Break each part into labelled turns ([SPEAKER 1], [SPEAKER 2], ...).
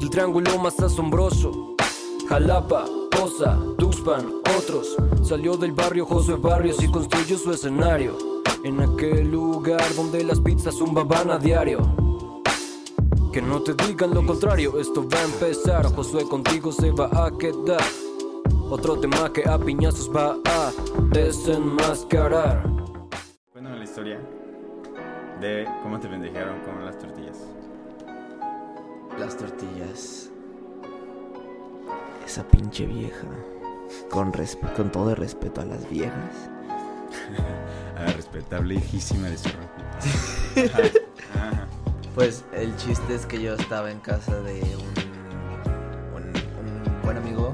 [SPEAKER 1] El triángulo más asombroso. Jalapa, Poza, Tuxpan, otros. Salió del barrio José Barrios y construyó su escenario. En aquel lugar donde las pizzas zumbaban a diario. Que no te digan lo contrario, esto va a empezar. Josué contigo se va a quedar. Otro tema que a piñazos va a desenmascarar.
[SPEAKER 2] Cuéntame la historia de cómo te bendijeron con las tortillas.
[SPEAKER 3] Las tortillas. Esa pinche vieja. Con, resp- con todo el respeto a las viejas.
[SPEAKER 2] A la respetable hijísima de su ropita. Ajá.
[SPEAKER 3] Pues el chiste es que yo estaba en casa de un, un- un buen amigo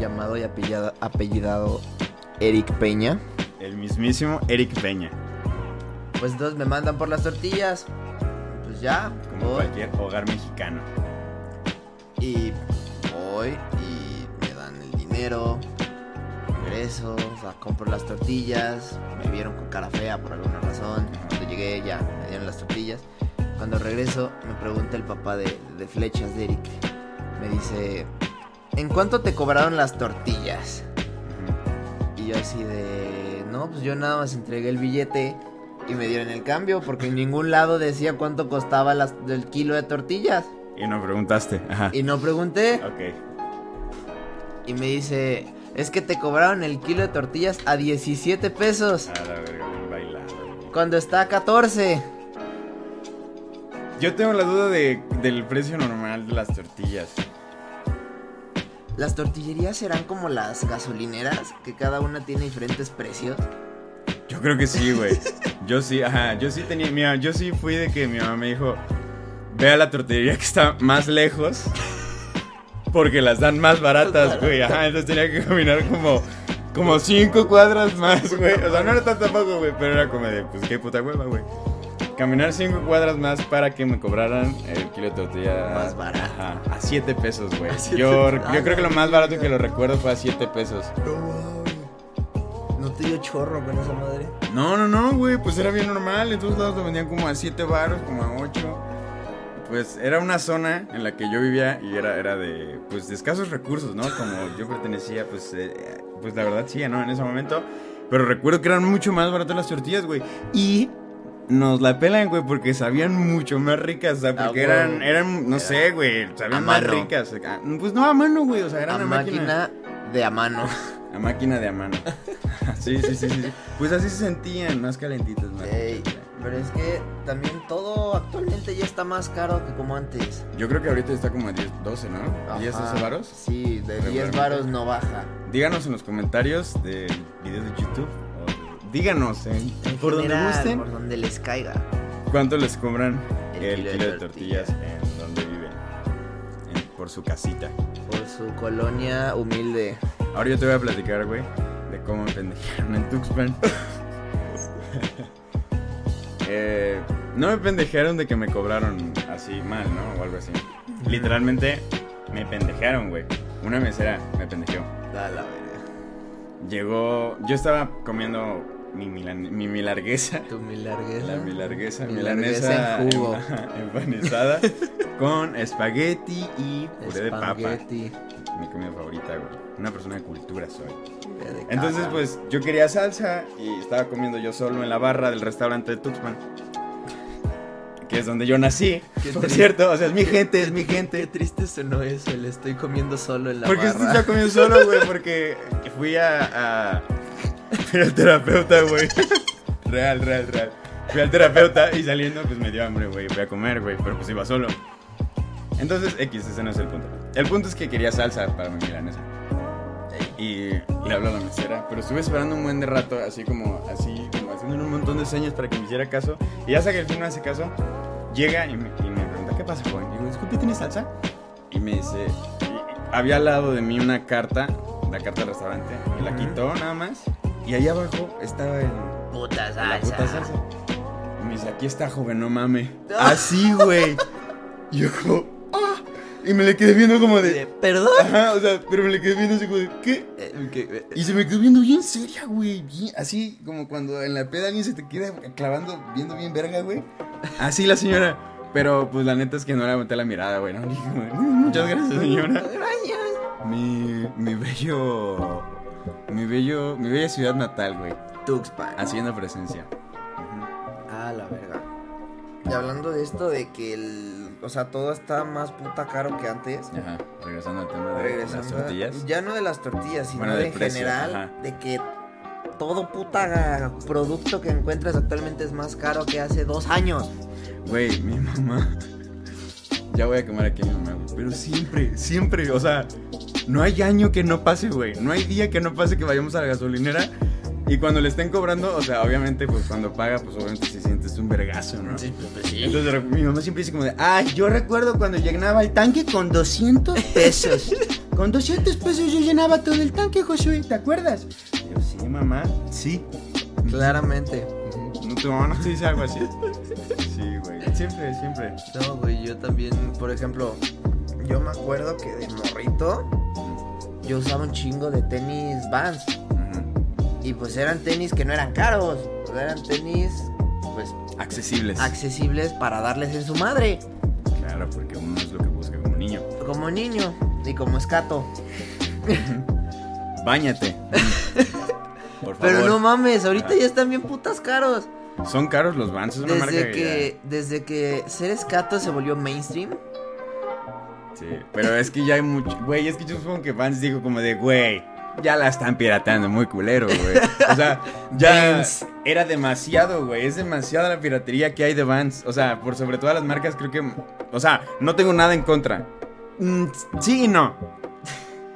[SPEAKER 3] llamado y apellida- apellidado Eric Peña.
[SPEAKER 2] El mismísimo Eric Peña.
[SPEAKER 3] Pues entonces me mandan por las tortillas. Pues ya,
[SPEAKER 2] Como
[SPEAKER 3] voy.
[SPEAKER 2] cualquier hogar mexicano.
[SPEAKER 3] Y voy y me dan el dinero. Regreso, o sea, compro las tortillas. Me vieron con cara fea por alguna razón. Cuando llegué ya me dieron las tortillas. Cuando regreso me pregunta el papá de, de flechas de Eric. Me dice, ¿en cuánto te cobraron las tortillas?
[SPEAKER 2] Ujú.
[SPEAKER 3] Y yo así de, no, pues yo nada más entregué el billete y me dieron el cambio porque en ningún lado decía cuánto costaba las, el kilo de tortillas.
[SPEAKER 2] Y no preguntaste. Ajá.
[SPEAKER 3] Y no pregunté.
[SPEAKER 2] Ok.
[SPEAKER 3] Y me dice, es que te cobraron el kilo de tortillas a 17 pesos,
[SPEAKER 2] A la verga, bien bailado.
[SPEAKER 3] cuando está a 14.
[SPEAKER 2] Yo tengo la duda de, del precio normal de las tortillas.
[SPEAKER 3] Las tortillerías serán como las gasolineras, que cada una tiene diferentes precios.
[SPEAKER 2] Yo creo que sí, güey. Yo sí, ajá, yo sí tenía, mira, yo sí fui de que mi mamá me dijo, ve a la tortillería que está más lejos, porque las dan más baratas, güey. Ajá, entonces tenía que caminar como, como cinco cuadras más, güey. O sea, no era tanto tampoco, güey, pero era como de, pues qué puta hueva, güey. Caminar cinco cuadras más para que me cobraran el kilo de tortilla.
[SPEAKER 3] Más barato.
[SPEAKER 2] Ajá, a siete Ah, pesos, güey. Yo, yo creo que lo más barato que lo recuerdo fue a siete pesos.
[SPEAKER 3] No te dio chorro con esa madre.
[SPEAKER 2] No, no, no, güey, pues era bien normal. En todos lados lo vendían como a 7 baros, como a 8. Pues era una zona en la que yo vivía y era, era de, pues, de escasos recursos, ¿no? Como yo pertenecía, pues, eh, pues la verdad sí, ¿no? En ese momento. Pero recuerdo que eran mucho más baratas las tortillas, güey. Y nos la pelan, güey, porque sabían mucho más ricas. O sea, porque
[SPEAKER 3] Ah,
[SPEAKER 2] eran,
[SPEAKER 3] güey.
[SPEAKER 2] eran, no sé, güey, sabían
[SPEAKER 3] A
[SPEAKER 2] más
[SPEAKER 3] mano.
[SPEAKER 2] ricas. Ah, Pues no, a mano, güey, o sea, eran
[SPEAKER 3] A
[SPEAKER 2] a máquina.
[SPEAKER 3] máquina de a mano.
[SPEAKER 2] A máquina de a mano. sí, sí, sí, sí, sí. Pues así se sentían, más calentitas, más.
[SPEAKER 3] Ey, pero es que también todo actualmente ya está más caro que como antes.
[SPEAKER 2] Yo creo que ahorita está como a 10, 12, ¿no? 10,
[SPEAKER 3] Ajá.
[SPEAKER 2] 12 varos.
[SPEAKER 3] Sí, de 10
[SPEAKER 2] Regularmente.
[SPEAKER 3] varos no baja.
[SPEAKER 2] Díganos en los comentarios de videos de YouTube. o de- Díganos en,
[SPEAKER 3] En
[SPEAKER 2] por
[SPEAKER 3] general,
[SPEAKER 2] donde gusten
[SPEAKER 3] Por donde les caiga.
[SPEAKER 2] cuánto les cobran
[SPEAKER 3] El
[SPEAKER 2] el,
[SPEAKER 3] kilo
[SPEAKER 2] kilo,
[SPEAKER 3] de
[SPEAKER 2] de tortillas en donde viven. en- por su casita.
[SPEAKER 3] Por su colonia humilde.
[SPEAKER 2] Ahora yo te voy a platicar, güey, de cómo me pendejearon en Tuxpan. Eh, no me pendejearon de que me cobraron así mal, ¿no? O algo así. Literalmente me pendejearon, güey. Una mesera me pendejeó.
[SPEAKER 3] Da la verga.
[SPEAKER 2] Llegó, yo estaba comiendo mi, milan- mi milarguesa.
[SPEAKER 3] Tu milarguesa.
[SPEAKER 2] La milarguesa,
[SPEAKER 3] Milanesa
[SPEAKER 2] milanesa
[SPEAKER 3] Ah. en jugo.
[SPEAKER 2] em- empanizada con espagueti y puré de papa.
[SPEAKER 3] Espagueti.
[SPEAKER 2] Mi comida favorita, güey. Una persona de cultura soy.
[SPEAKER 3] puré de
[SPEAKER 2] Entonces,
[SPEAKER 3] cabra.
[SPEAKER 2] pues yo quería salsa y estaba comiendo yo solo en la barra del restaurante de Tuxpan. Que es donde yo nací.
[SPEAKER 3] Qué
[SPEAKER 2] por
[SPEAKER 3] triste.
[SPEAKER 2] cierto, o sea, es mi gente, este es mi
[SPEAKER 3] Qué
[SPEAKER 2] gente.
[SPEAKER 3] triste sonó eso, le estoy comiendo solo en la
[SPEAKER 2] ¿Por qué estoy
[SPEAKER 3] barra.
[SPEAKER 2] ya comiendo solo, güey? Porque fui a. a... Fui al terapeuta, güey. Real, real, real. Fui al terapeuta y saliendo, pues me dio hambre, güey. Fui a comer, güey, pero pues iba solo. Entonces, X, ese no es el punto. El punto es que quería salsa para mi milanesa. Y le hablo a la mesera, pero estuve esperando un buen de rato, así como, así, como haciendo un montón de señas para que me hiciera caso. Y ya hasta que el fin no hace caso, llega y me, y me pregunta, ¿qué pasa, joven? Y digo, disculpe, ¿tienes salsa? Y me dice, y había al lado de mí una carta, la carta del restaurante, me la
[SPEAKER 3] Ujú.
[SPEAKER 2] quitó nada más. Y allá abajo estaba el,
[SPEAKER 3] Puta
[SPEAKER 2] la
[SPEAKER 3] salsa.
[SPEAKER 2] puta salsa. Y me dice, aquí está, joven, no mames.
[SPEAKER 3] No.
[SPEAKER 2] Así, güey. Y yo como, "Ah". Y me le quedé viendo como
[SPEAKER 3] De-
[SPEAKER 2] de...
[SPEAKER 3] ¿Perdón?
[SPEAKER 2] Ajá, o sea, pero me le quedé viendo así como de, ¿qué?
[SPEAKER 3] Eh, que- eh,
[SPEAKER 2] Y se me quedó viendo bien seria, güey. bien- así como cuando en la peda alguien se te queda clavando, viendo bien verga, güey. Así la señora. Pero pues la neta es que no le aguanté la mirada, güey. ¿no? Dije, güey, Muchas gracias, señora. Mi, mi bello. Mi bello. Mi bella ciudad natal, güey.
[SPEAKER 3] Tuxpan.
[SPEAKER 2] Haciendo presencia.
[SPEAKER 3] Ah, la verga. Y hablando de esto de que el. O sea, todo está más puta caro que antes.
[SPEAKER 2] Ajá. Regresando al tema de
[SPEAKER 3] Regresando
[SPEAKER 2] las
[SPEAKER 3] a-
[SPEAKER 2] tortillas.
[SPEAKER 3] Ya no de las tortillas, sino
[SPEAKER 2] Bueno,
[SPEAKER 3] de
[SPEAKER 2] del
[SPEAKER 3] en
[SPEAKER 2] precio,
[SPEAKER 3] general.
[SPEAKER 2] ajá.
[SPEAKER 3] De que todo puta producto que encuentras actualmente es más caro que hace dos años.
[SPEAKER 2] Güey, mi mamá. Ya voy a quemar aquí a mi mamá, güey. Pero siempre, siempre. O sea, no hay año que no pase, güey. No hay día que no pase que vayamos a la gasolinera. Y cuando le estén cobrando, o sea, obviamente, pues cuando paga, pues obviamente se siente es un vergazo, ¿no? Entonces re- mi mamá siempre dice como de, ay, yo recuerdo cuando llenaba el tanque con 200 pesos. con 200 pesos yo llenaba todo el tanque, Josué, ¿te acuerdas? Y Yo, sí, mamá, sí.
[SPEAKER 3] Claramente.
[SPEAKER 2] ¿No tu mamá no te dice algo así? Sí, güey. Siempre, siempre.
[SPEAKER 3] No, güey, yo también, por ejemplo, yo me acuerdo que de morrito yo usaba un chingo de tenis Vans
[SPEAKER 2] Ujú.
[SPEAKER 3] y pues eran tenis que no eran caros, o sea, eran tenis pues
[SPEAKER 2] Accesibles.
[SPEAKER 3] accesibles para darles en su madre,
[SPEAKER 2] claro, porque uno es lo que busca como niño.
[SPEAKER 3] como niño y como escato.
[SPEAKER 2] Báñate. Por favor.
[SPEAKER 3] Pero no mames, ahorita
[SPEAKER 2] Ajá.
[SPEAKER 3] ya están bien putas caros.
[SPEAKER 2] Son caros los Vans, es una marca
[SPEAKER 3] Desde
[SPEAKER 2] que
[SPEAKER 3] que desde que ser escato se volvió mainstream.
[SPEAKER 2] Sí, pero es que ya hay mucho. Güey, es que yo supongo que Vans dijo como de, güey, ya la están piratando, muy culero, güey. O sea, ya
[SPEAKER 3] Vans.
[SPEAKER 2] era demasiado, güey. Es demasiada la piratería que hay de Vans. O sea, por sobre todas las marcas, creo que. O sea, no tengo nada en contra. Mm, sí y no.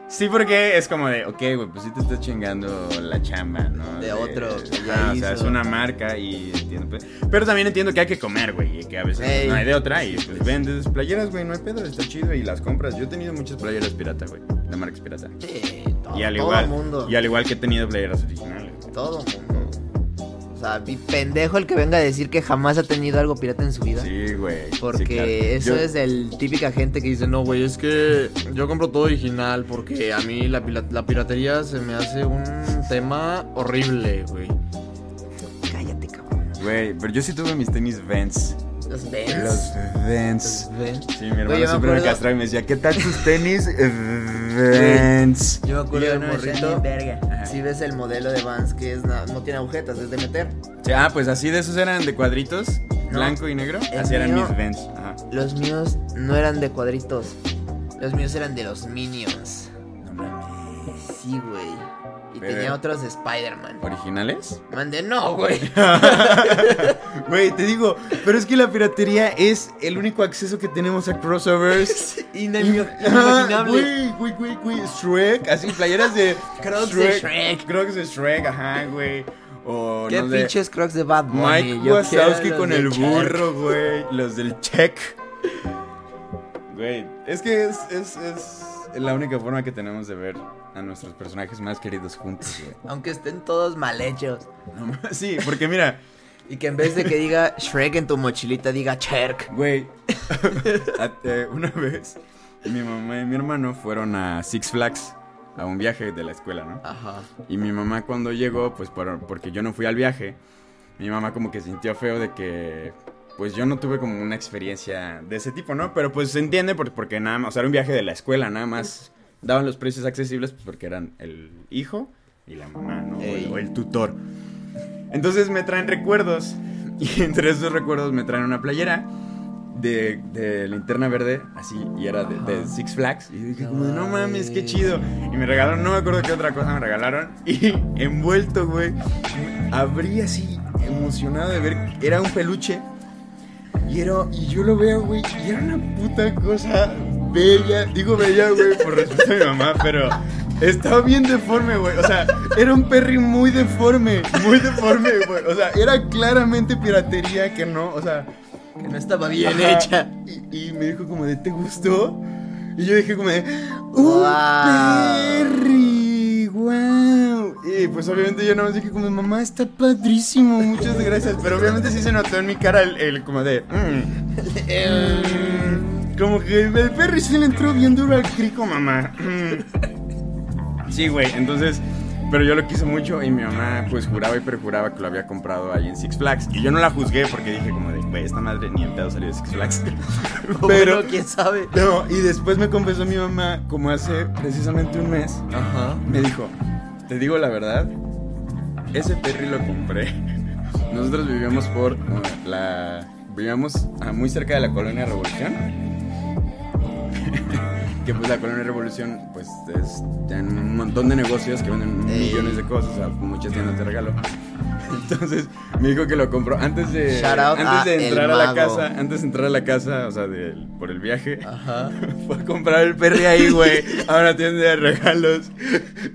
[SPEAKER 2] Sí, porque es como de, ok, güey, pues sí te estás chingando la chamba, ¿no?
[SPEAKER 3] De otro que ya
[SPEAKER 2] ajá, o sea,
[SPEAKER 3] hizo.
[SPEAKER 2] es una marca y entiendo. pues. Pero también entiendo que hay que comer, güey, y que a veces
[SPEAKER 3] Ey.
[SPEAKER 2] no hay de otra. Y pues vendes playeras, güey, no hay pedo, está chido. Y las compras. Yo he tenido muchas playeras pirata, güey, de marcas pirata.
[SPEAKER 3] Sí, to-
[SPEAKER 2] Y al
[SPEAKER 3] todo
[SPEAKER 2] igual,
[SPEAKER 3] mundo.
[SPEAKER 2] y al igual que he tenido playeras originales. güey.
[SPEAKER 3] Todo mundo. O sea, mi pendejo el que venga a decir que jamás ha tenido algo pirata en su vida.
[SPEAKER 2] Sí, güey. sí,
[SPEAKER 4] Porque
[SPEAKER 2] claro.
[SPEAKER 4] eso
[SPEAKER 2] Yo-
[SPEAKER 4] es el típica gente que dice, no, güey, es que yo compro todo original porque a mí la, pila- la piratería se me hace un tema horrible, güey.
[SPEAKER 3] Cállate, cabrón.
[SPEAKER 2] Güey, pero yo sí tuve mis tenis Vans.
[SPEAKER 3] Los
[SPEAKER 2] Los
[SPEAKER 3] Vans.
[SPEAKER 2] Vans.
[SPEAKER 4] Ven.
[SPEAKER 2] Sí, mi hermano
[SPEAKER 3] Güey, yo me
[SPEAKER 2] siempre me
[SPEAKER 3] acuerdo-
[SPEAKER 2] castraba y me decía, ¿qué tal tus tenis Vans?
[SPEAKER 3] Yo me
[SPEAKER 2] Y
[SPEAKER 3] acuerdo
[SPEAKER 2] yo,
[SPEAKER 3] del
[SPEAKER 2] "No,
[SPEAKER 3] morrito.
[SPEAKER 2] Ajá.
[SPEAKER 3] Si ves el modelo de Vans que es na- no tiene agujetas, es de meter.
[SPEAKER 2] Sí, ah, pues así de esos eran de cuadritos, blanco y negro.
[SPEAKER 3] El
[SPEAKER 2] Así eran
[SPEAKER 3] mío-
[SPEAKER 2] mis Vans. Ajá.
[SPEAKER 3] Los míos no eran de cuadritos. Los míos eran de los Minions. Sí, güey. Y
[SPEAKER 2] Pero-
[SPEAKER 3] tenía otros de Spider-Man.
[SPEAKER 2] ¿Originales?
[SPEAKER 3] Mandé, no, güey.
[SPEAKER 2] Güey, te digo, pero es que la piratería es el único acceso que tenemos a crossovers.
[SPEAKER 3] Inami-
[SPEAKER 2] Ah,
[SPEAKER 3] Inimaginable.
[SPEAKER 2] Güey, güey, güey, güey, Shrek, así playeras de
[SPEAKER 3] Crocs de Shrek.
[SPEAKER 2] Crocs de Shrek, ajá, güey. O
[SPEAKER 3] Qué
[SPEAKER 2] no sé,
[SPEAKER 3] pinches crocs de Bad Bunny.
[SPEAKER 2] Mike
[SPEAKER 3] Yo
[SPEAKER 2] Wazowski
[SPEAKER 3] quiero
[SPEAKER 2] con
[SPEAKER 3] los de
[SPEAKER 2] el
[SPEAKER 3] Shrek.
[SPEAKER 2] burro, güey. Los del check. Güey, es que es, es, es la única forma que tenemos de ver a nuestros personajes más queridos juntos, güey.
[SPEAKER 3] Aunque estén todos mal hechos.
[SPEAKER 2] No, sí, porque mira,
[SPEAKER 3] Y que en vez de que diga Shrek en tu mochilita, diga Cherk.
[SPEAKER 2] güey, a- eh, una vez mi mamá y mi hermano fueron a Six Flags a un viaje de la escuela, ¿no?
[SPEAKER 3] Ajá.
[SPEAKER 2] Y mi mamá cuando llegó, pues por- porque yo no fui al viaje, mi mamá como que sintió feo de que pues yo no tuve como una experiencia de ese tipo, ¿no? Pero pues se entiende por- porque nada más, o sea, era un viaje de la escuela, nada más daban los precios accesibles pues, porque eran el hijo y la mamá, ¿no? O
[SPEAKER 3] Ey.
[SPEAKER 2] el, o el tutor. Entonces me traen recuerdos y entre esos recuerdos me traen una playera de, de linterna verde, así, y era de, de Six Flags. Y dije, como, no mames, qué chido. Y me regalaron, no me acuerdo qué otra cosa me regalaron. Y envuelto, güey, abrí así, emocionado de ver, era un peluche. Y, era, y yo lo veo, güey, y era una puta cosa bella. Digo bella, güey, por respeto a mi mamá, pero estaba bien deforme, güey. O sea, era un perry muy deforme, muy deforme, güey. O sea, era claramente piratería que no, o sea.
[SPEAKER 3] Que no estaba bien
[SPEAKER 2] Ajá.
[SPEAKER 3] hecha.
[SPEAKER 2] Y, y me dijo como de, ¿te gustó? Y yo dije como de, ¡Un
[SPEAKER 3] Wow.
[SPEAKER 2] perry! ¡Wow! Y pues obviamente yo nomás dije como, mamá, está padrísimo, muchas gracias. Pero obviamente sí se notó en mi cara el, el como de, "Mm, mm". Como que el perry se le entró bien duro al crico, mamá. Mm. Sí, güey, entonces... Pero yo lo quise mucho y mi mamá pues juraba y perjuraba que lo había comprado ahí en Six Flags. Y yo no la juzgué porque dije como de, güey, esta madre ni el pedo salió de Six Flags.
[SPEAKER 3] Pero quién sabe.
[SPEAKER 2] No, y después me confesó mi mamá, como hace precisamente un mes,
[SPEAKER 4] Ajá.
[SPEAKER 2] me dijo, te digo la verdad, ese Perry lo compré. Nosotros vivíamos por uh, la... Vivíamos ah, muy cerca de la colonia Revolución. que pues la colonia Revolución pues es, tiene un montón de negocios que venden
[SPEAKER 3] Ey.
[SPEAKER 2] millones de cosas, o sea, muchas tiendas de regalo. Entonces me dijo que lo compró antes de,
[SPEAKER 3] Shout out
[SPEAKER 2] antes
[SPEAKER 3] a
[SPEAKER 2] de
[SPEAKER 3] El
[SPEAKER 2] entrar a la
[SPEAKER 3] Mago. Ah.
[SPEAKER 2] casa, antes de entrar a la casa, o sea, del- por el viaje.
[SPEAKER 4] Ajá.
[SPEAKER 2] Fue a comprar el perri ahí, güey, a una tienda de regalos.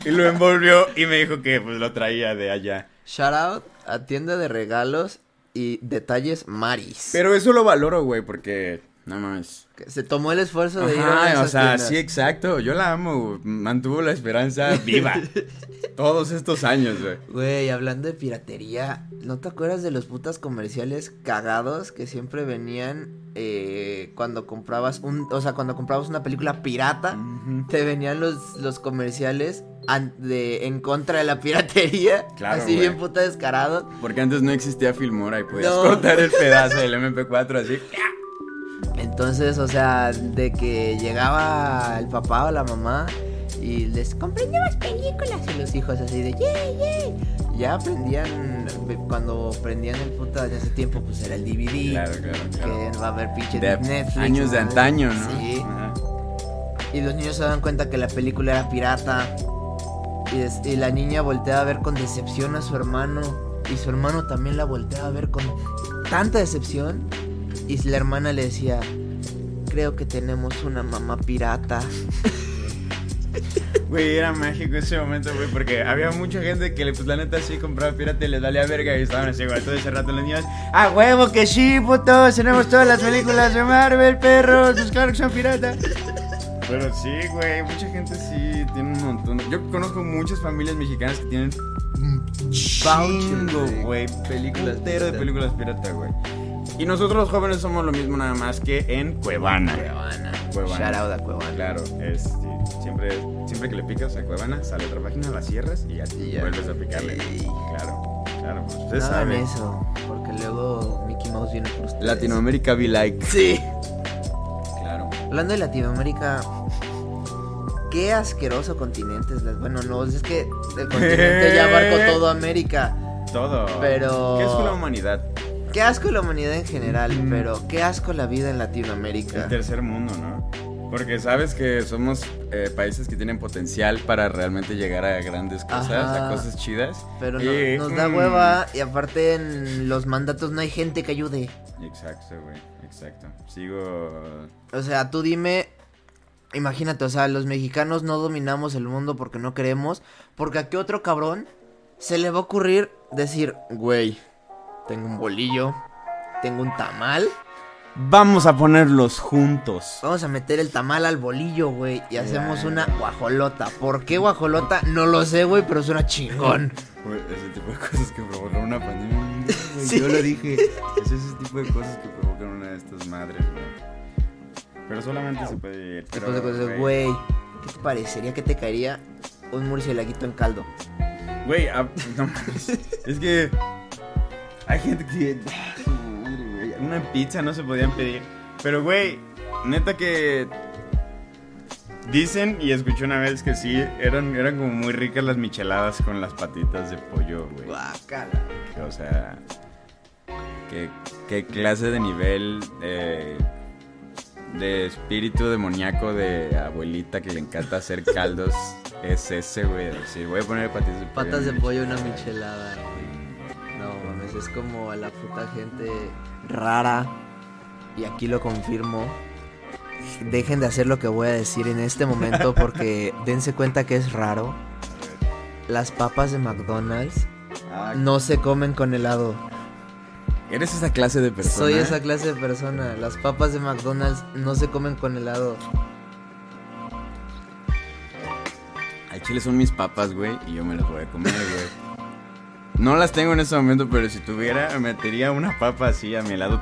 [SPEAKER 2] Y lo envolvió y me dijo que pues lo traía de allá.
[SPEAKER 3] Shout out a tienda de regalos y detalles Maris.
[SPEAKER 2] Pero eso lo valoro, güey, porque no mames.
[SPEAKER 3] Que Se tomó el esfuerzo de ir a
[SPEAKER 2] Ajá,
[SPEAKER 3] esas
[SPEAKER 2] o sea,
[SPEAKER 3] tiendas.
[SPEAKER 2] sí, exacto. Yo la amo, güey. mantuvo la esperanza viva todos estos años, güey.
[SPEAKER 3] Güey, hablando de piratería, ¿no te acuerdas de los putas comerciales cagados que siempre venían eh, cuando comprabas un, o sea, cuando comprabas una película pirata,
[SPEAKER 2] Ujú.
[SPEAKER 3] te venían los, los comerciales an- de, en contra de la piratería,
[SPEAKER 2] Claro,
[SPEAKER 3] así
[SPEAKER 2] güey.
[SPEAKER 3] bien puta descarado.
[SPEAKER 2] Porque antes no existía Filmora y podías
[SPEAKER 3] No.
[SPEAKER 2] cortar el pedazo del MP4 así.
[SPEAKER 3] Entonces, o sea, de que llegaba el papá o la mamá y les compré nuevas películas y los hijos así de yay, yay. Ya aprendían, ve- cuando aprendían el puta de hace tiempo, pues era el DVD.
[SPEAKER 2] Claro, claro, claro.
[SPEAKER 3] Que va a haber pinche
[SPEAKER 2] De
[SPEAKER 3] Netflix.
[SPEAKER 2] años de
[SPEAKER 3] ¿no?
[SPEAKER 2] antaño, ¿no?
[SPEAKER 3] Sí.
[SPEAKER 2] Ajá.
[SPEAKER 3] Y los niños se dan cuenta que la película era pirata. Y, des- y la niña voltea a ver con decepción a su hermano. Y su hermano también la voltea a ver con tanta decepción. Y la hermana le decía, creo que tenemos una mamá pirata.
[SPEAKER 2] Güey, era mágico ese momento, güey, porque había mucha gente que, pues, la neta, sí compraba pirata y les valía verga y estaban así, güey, todo ese rato los niños, ¡A huevo que sí, putos! Tenemos todas las películas de Marvel, perros, pues claro que son pirata. Pero sí, güey, mucha gente sí tiene un montón. Yo conozco muchas familias mexicanas que tienen chingo,
[SPEAKER 3] Voucher,
[SPEAKER 2] güey, películas, pero de
[SPEAKER 3] pirata.
[SPEAKER 2] películas pirata, güey. Y nosotros los jóvenes somos lo mismo nada más que en Cuevana.
[SPEAKER 3] Cuevana.
[SPEAKER 2] Cuevana.
[SPEAKER 3] Shout out a Cuevana.
[SPEAKER 2] Claro, es, sí, siempre, siempre que le picas a Cuevana, sale otra página, la cierras y ya,
[SPEAKER 3] Y ya.
[SPEAKER 2] vuelves a picarle.
[SPEAKER 3] Sí.
[SPEAKER 2] Claro, claro, pues usted
[SPEAKER 3] No hagan
[SPEAKER 2] sabe.
[SPEAKER 3] eso, porque luego Mickey Mouse viene por ustedes.
[SPEAKER 2] be like.
[SPEAKER 3] Sí.
[SPEAKER 2] Claro.
[SPEAKER 3] Hablando de Latinoamérica, qué asqueroso continente es. la- Bueno, no, es que el continente ya abarcó todo América.
[SPEAKER 2] Todo.
[SPEAKER 3] Pero-
[SPEAKER 2] ¿Qué es la humanidad?
[SPEAKER 3] Qué asco la humanidad en general, pero qué asco la vida en Latinoamérica.
[SPEAKER 2] El tercer mundo, ¿no? Porque sabes que somos eh, países que tienen potencial para realmente llegar a grandes cosas,
[SPEAKER 3] Ajá.
[SPEAKER 2] a cosas chidas.
[SPEAKER 3] Pero no-
[SPEAKER 2] Y,
[SPEAKER 3] nos da
[SPEAKER 2] mm,
[SPEAKER 3] hueva y aparte en los mandatos no hay gente que ayude.
[SPEAKER 2] Exacto, güey, exacto. Sigo...
[SPEAKER 3] O sea, tú dime, imagínate, o sea, los mexicanos no dominamos el mundo porque no queremos, porque a qué otro cabrón se le va a ocurrir decir, güey, tengo un bolillo, tengo un tamal.
[SPEAKER 2] Vamos a ponerlos juntos.
[SPEAKER 3] Vamos a meter el tamal al bolillo, güey, y hacemos una guajolota. ¿Por qué guajolota? No lo sé, güey, pero suena chingón.
[SPEAKER 2] Güey, Ese tipo de cosas que provocaron una pandemia. güey,
[SPEAKER 3] Sí.
[SPEAKER 2] Yo lo dije. Es ese tipo de cosas que provocan una de estas madres, güey. Pero solamente se puede ir. Pero,
[SPEAKER 3] Después de cosas, pues, güey, ¿qué te parecería que te caería un murcielaguito en caldo?
[SPEAKER 2] Güey, ah, no mames. Es que. Hay gente que. "Ah, Su madre, güey, Una pizza no se podían pedir. Pero, güey, neta que. Dicen y escuché una vez que sí, eran, eran como muy ricas las micheladas con las patitas de pollo, güey.
[SPEAKER 3] Guacala.
[SPEAKER 2] O sea, ¿qué, qué clase de nivel eh, de espíritu demoníaco de abuelita que le encanta hacer caldos es ese, güey? Sí, voy a poner patas de pollo.
[SPEAKER 3] Patas
[SPEAKER 2] en
[SPEAKER 3] de
[SPEAKER 2] mi
[SPEAKER 3] pollo, una
[SPEAKER 2] michelada.
[SPEAKER 3] michelada. No mames, es como a la puta gente rara. Y aquí lo confirmo. Dejen de hacer lo que voy a decir en este momento porque dense cuenta que es raro. Las papas de McDonald's
[SPEAKER 2] Ah,
[SPEAKER 3] no se comen con helado.
[SPEAKER 2] ¿Eres esa clase de persona?
[SPEAKER 3] Soy esa clase de persona. Las papas de McDonald's no se comen con helado.
[SPEAKER 2] Al chile son mis papas, güey, y yo me las voy a comer, güey. No las tengo en este momento, pero si tuviera, metería una papa así a mi lado.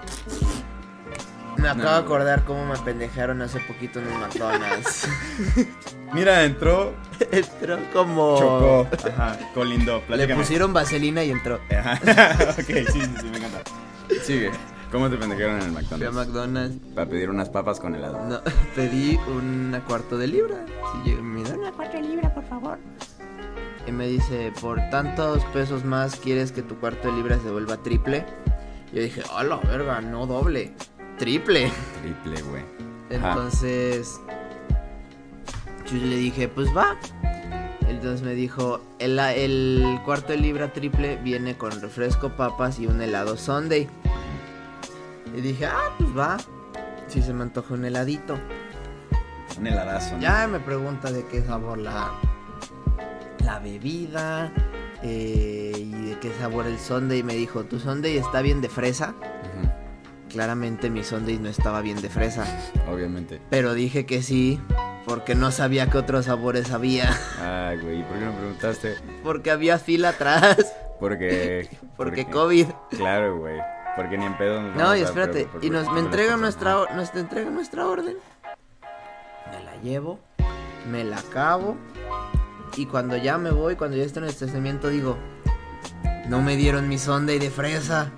[SPEAKER 3] Me acabo
[SPEAKER 2] No.
[SPEAKER 3] de acordar cómo me pendejaron hace poquito en un McDonald's.
[SPEAKER 2] Mira, entró,
[SPEAKER 3] Entró como.
[SPEAKER 2] chocó, ajá, colindó,
[SPEAKER 3] Oh. Le
[SPEAKER 2] platícame.
[SPEAKER 3] pusieron vaselina y entró.
[SPEAKER 2] Ajá. ok, sí, sí, sí, me encanta. Sigue. ¿Cómo te pendejaron en el
[SPEAKER 3] Fui a
[SPEAKER 2] McDonald's?
[SPEAKER 3] McDonald's.
[SPEAKER 2] Para pedir unas papas con helado.
[SPEAKER 3] No, pedí una cuarto de libra. Si llega- me dan una cuarto de libra, por favor. Y me dice, por tantos pesos más quieres que tu cuarto de libra se vuelva triple. Yo dije, a la verga, no doble, triple.
[SPEAKER 2] Triple, güey. Ajá.
[SPEAKER 3] Entonces, yo le dije, pues va. Entonces me dijo, el, el cuarto de libra triple viene con refresco, papas y un helado Sunday. Y dije, ah, pues va. Si se me antoja un heladito.
[SPEAKER 2] Un heladazo. ¿no?
[SPEAKER 3] Ya me pregunta de qué sabor la, la bebida eh, y de qué sabor el sundae. Y me dijo, ¿tu sundae está bien de fresa?
[SPEAKER 2] Ujú,
[SPEAKER 3] Claramente mi sundae no estaba bien de fresa.
[SPEAKER 2] Obviamente.
[SPEAKER 3] Pero dije que sí, porque no sabía qué otros sabores había.
[SPEAKER 2] Ay, güey, ¿y por qué no preguntaste?
[SPEAKER 3] Porque había fila atrás,
[SPEAKER 2] Porque.
[SPEAKER 3] porque COVID.
[SPEAKER 2] Claro, güey. Porque ni en pedo nos
[SPEAKER 3] No,
[SPEAKER 2] vamos
[SPEAKER 3] y
[SPEAKER 2] a
[SPEAKER 3] espérate,
[SPEAKER 2] preocupar
[SPEAKER 3] y
[SPEAKER 2] por-
[SPEAKER 3] nos,
[SPEAKER 2] por
[SPEAKER 3] me
[SPEAKER 2] las
[SPEAKER 3] entregan
[SPEAKER 2] cosas,
[SPEAKER 3] nuestra,
[SPEAKER 2] pues, ¿no?
[SPEAKER 3] or- nos entregan nuestra orden. Me la llevo, me la acabo. Y cuando ya me voy, cuando ya estoy en el estacionamiento, digo: No me dieron mi sonda y de fresa.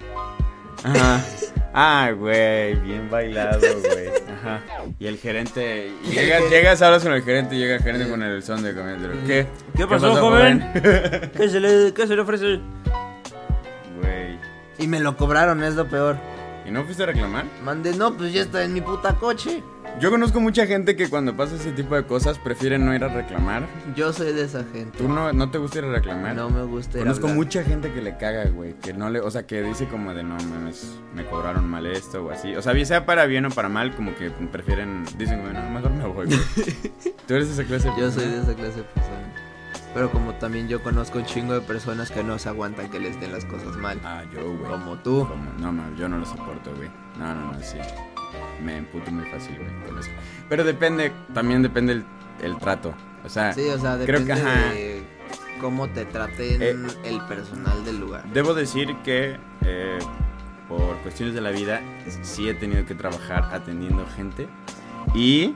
[SPEAKER 2] Ajá. Ah, güey, bien bailado, güey. Ajá. Y el gerente. y Llegas, llegas, hablas con el gerente y llega el gerente con el son de comiendo. ¿Qué?
[SPEAKER 5] ¿Qué pasó, joven? ¿Qué se le, qué se le ofrece?
[SPEAKER 2] Güey.
[SPEAKER 3] Y me lo cobraron, es lo peor.
[SPEAKER 2] ¿Y no fuiste a reclamar?
[SPEAKER 3] Mandé: No, pues ya está en mi puta coche.
[SPEAKER 2] Yo conozco mucha gente que cuando pasa ese tipo de cosas prefieren no ir a reclamar.
[SPEAKER 3] Yo soy de esa gente.
[SPEAKER 2] ¿Tú no, no te gusta ir a reclamar?
[SPEAKER 3] No me gusta ir a
[SPEAKER 2] Conozco
[SPEAKER 3] hablar.
[SPEAKER 2] mucha gente que le caga, güey. Que no le. O sea, que dice como de no mames, me cobraron mal esto o así. O sea, bien sea para bien o para mal, como que prefieren. Dicen, güey, no, mejor me voy, güey. Tú eres esa clase. de
[SPEAKER 3] Yo soy de
[SPEAKER 2] persona?
[SPEAKER 3] esa clase de persona. Pero como también yo conozco un chingo de personas que no se aguantan que les den las cosas mal.
[SPEAKER 2] Ah, yo, güey.
[SPEAKER 3] Como tú.
[SPEAKER 2] Como- No, no, yo no lo soporto, güey. No, no, no, sí. Me emputo muy fácil, güey, con eso. Pero depende, también depende el, el trato. O sea,
[SPEAKER 3] Sí, o sea,
[SPEAKER 2] creo
[SPEAKER 3] depende
[SPEAKER 2] que, ajá.
[SPEAKER 3] de cómo te traten
[SPEAKER 2] Eh.
[SPEAKER 3] el personal del lugar.
[SPEAKER 2] Debo decir que eh, por cuestiones de la vida sí he tenido que trabajar atendiendo gente y